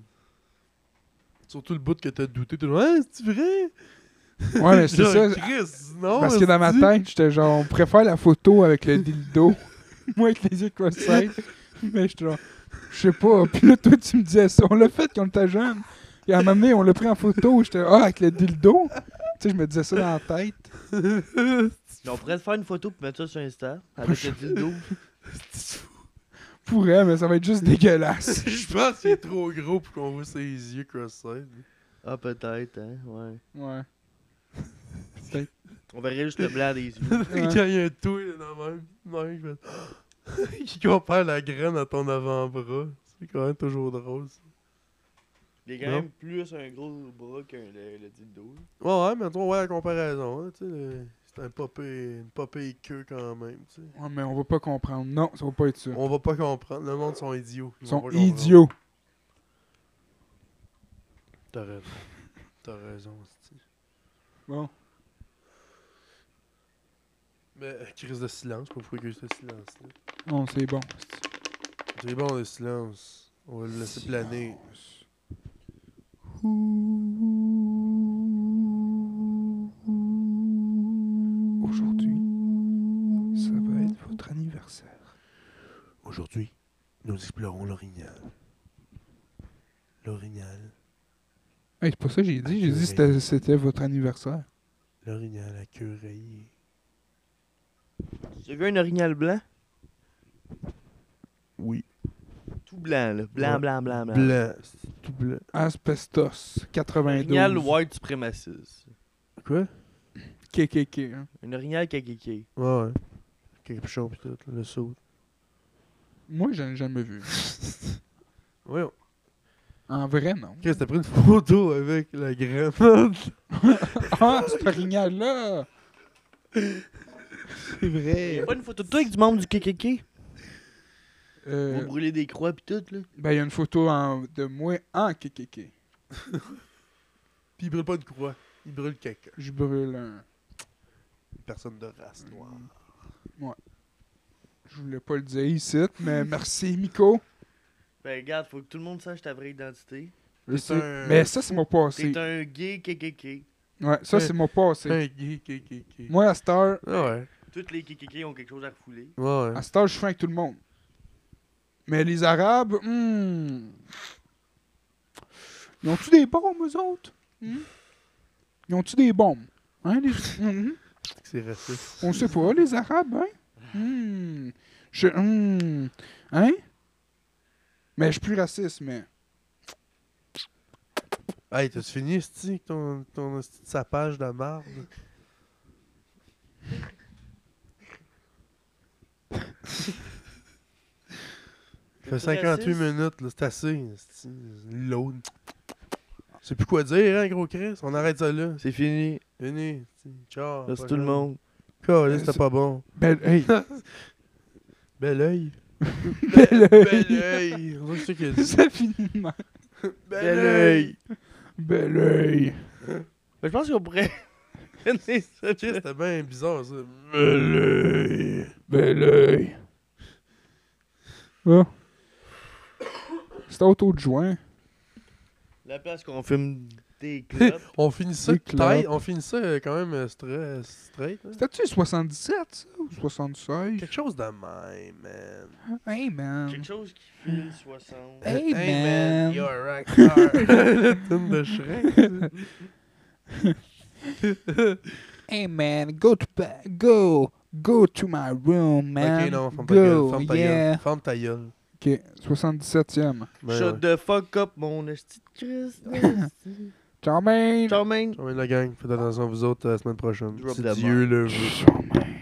Speaker 1: Surtout le bout que t'as douté, t'es genre, Hein, c'est vrai?
Speaker 3: Ouais, mais c'est
Speaker 1: Genre,
Speaker 3: ça.
Speaker 1: Chris, non,
Speaker 3: Parce que dans ma
Speaker 1: esti.
Speaker 3: tête, j'étais genre, on préfère la photo avec le dildo. Moi, avec les yeux cross-site. Mais j'étais genre, je sais pas. Puis là, toi, tu me disais ça. On l'a fait quand on était jeune. Et à un moment donné, on l'a pris en photo. J'étais, ah, avec le dildo. Tu sais, je me disais ça dans la tête.
Speaker 2: On pourrait te faire une photo pour mettre ça sur Insta. Avec le dildo.
Speaker 3: Pourrait, mais ça va être juste dégueulasse.
Speaker 1: Je pense qu'il est trop gros pour qu'on voit ses yeux cross-side.
Speaker 2: Ah, peut-être, hein. Ouais.
Speaker 3: Ouais.
Speaker 2: On verrait juste le blanc des yeux.
Speaker 1: Quand il y a un toit dans le même, même je fais- il compare la graine à ton avant-bras. C'est quand même toujours drôle. ça.
Speaker 2: Il y a
Speaker 1: quand
Speaker 2: quand
Speaker 1: Non.
Speaker 2: même
Speaker 1: même
Speaker 2: plus un gros bras qu'un le, dildo.
Speaker 1: Ouais, ouais, mais toi, ouais, la comparaison, hein, tu sais, le- c'est un popé, une popée queue quand même, tu sais.
Speaker 3: Ouais, Ah, mais on va pas comprendre. Non, ça va pas être ça.
Speaker 1: On va pas comprendre. Le monde sont idiots.
Speaker 3: Ils
Speaker 1: Ils
Speaker 3: sont
Speaker 1: vont pas comprendre.
Speaker 3: idiots.
Speaker 1: T'as raison. T'as raison, c'est
Speaker 3: Bon.
Speaker 1: Mais euh, crise de silence, pas pourquoi il y a eu ce silence-là.
Speaker 3: Non, c'est bon.
Speaker 1: C'est bon le silence. On va le laisser planer.
Speaker 3: Aujourd'hui, ça va être votre anniversaire.
Speaker 1: Aujourd'hui, nous explorons l'orignal. L'orignal.
Speaker 3: Hey, c'est pas ça que j'ai dit. J'ai dit que c'était- c'était votre anniversaire.
Speaker 1: L'orignal à queue rayée.
Speaker 2: Tu as vu un orignal blanc?
Speaker 1: Oui.
Speaker 2: Tout blanc, là. Blanc,
Speaker 1: Ouais.
Speaker 2: blanc, blanc, blanc.
Speaker 1: Blanc. C'est tout blanc.
Speaker 3: Asbestos, 92.
Speaker 2: Orignal white supremaciste.
Speaker 1: Quoi?
Speaker 3: KKK. hein.
Speaker 2: Un orignal kakiki.
Speaker 1: Ouais, ouais. Capuchon pis tout, le saut.
Speaker 3: Moi, j'en ai jamais vu.
Speaker 1: Voyons.
Speaker 3: En vrai, non.
Speaker 1: Chris, t'as pris une photo avec la graine.
Speaker 3: Ah, cet orignal-là! C'est
Speaker 2: Il y
Speaker 3: vrai.
Speaker 2: a pas une photo de toi avec du membre du KKK? Vous
Speaker 3: Euh,
Speaker 2: brûlez des croix pis tout, là.
Speaker 3: ben, il y a une photo en- de moi en KKK.
Speaker 1: Pis il brûle pas une croix. Il brûle quelqu'un.
Speaker 3: Je brûle un.
Speaker 1: Une personne de race noire.
Speaker 3: Je voulais pas le dire ici, mais merci, Miko.
Speaker 2: Ben, regarde, faut que tout le monde sache ta vraie identité.
Speaker 3: Je sais.
Speaker 1: un-
Speaker 3: Mais ça, c'est mon passé.
Speaker 2: T'es un gay KKK.
Speaker 3: Ouais, ça, c'est mon passé.
Speaker 1: Un gay, gay, gay, gay.
Speaker 3: Moi, à cette heure,
Speaker 1: Ah ouais. Ah,
Speaker 2: Toutes les KKK ont quelque chose à refouler.
Speaker 1: Ouais, ouais.
Speaker 3: à cette heure, je suis fin avec tout le monde. Mais les Arabes, hmm. Ils ont-tu des bombes, eux autres? Hmm? Ils ont-tu des bombes? Hein, les... Mhm.
Speaker 1: C'est raciste.
Speaker 3: On sait pas, les Arabes, hein? Hmm. Je... hmm. Hein? Mais je suis plus raciste, mais...
Speaker 1: Hey, t'as-tu fini, Sti, avec ton, ton esti de sapage de marde? Ça fait 58 minutes, là, c'est assez, esti. L'autre. C'est plus quoi dire, hein, gros Chris? On arrête ça là.
Speaker 2: C'est fini.
Speaker 1: Venez, esti. ciao.
Speaker 2: Merci
Speaker 1: pas
Speaker 2: tout le
Speaker 1: grave.
Speaker 2: monde.
Speaker 1: Calais, c'était pas bon.
Speaker 3: Ben, hey!
Speaker 1: Bel oeil.
Speaker 3: Bel oeil!
Speaker 1: oeil. On dirait que c'est ça qu'il a dit.
Speaker 3: Ça finit de même.
Speaker 1: Bel oeil.
Speaker 3: Bel oeil!
Speaker 2: Ben, je pense qu'on pourrait. C'est ça,
Speaker 1: Chris,
Speaker 2: juste.
Speaker 1: C'était bien bizarre, ça. Bel oeil.
Speaker 3: Bel oeil. Bon. C'est autour de juin.
Speaker 2: La place qu'on filme des clubs.
Speaker 1: On finit ça
Speaker 3: Des
Speaker 1: tight,
Speaker 3: clopes.
Speaker 1: on finit ça euh, quand même euh, stra- straight. hein.
Speaker 3: C'était-tu 77, ça, ou 76?
Speaker 1: Quelque chose de même, man.
Speaker 3: Hey, man.
Speaker 2: Quelque chose qui file 60.
Speaker 3: Hey, man.
Speaker 1: you're a rock star. La tune de Shrek.
Speaker 3: Hey, man, go to bed. Go. Go to my room, man.
Speaker 1: ok, non, ferme ta gueule,
Speaker 3: go.
Speaker 1: ferme ta
Speaker 3: yeah.
Speaker 1: gueule. Ferme ta gueule.
Speaker 3: OK, 77e.
Speaker 1: Ben
Speaker 2: Shut
Speaker 1: ouais.
Speaker 2: the fuck up, mon esti de Christ.
Speaker 3: Charmaine.
Speaker 2: Ciao, man.
Speaker 1: Ciao, man, la gang, faites attention à vous autres euh, la semaine prochaine.
Speaker 2: Ah. Drop
Speaker 1: Si
Speaker 2: the
Speaker 1: Dieu le veut.
Speaker 3: Charmaine.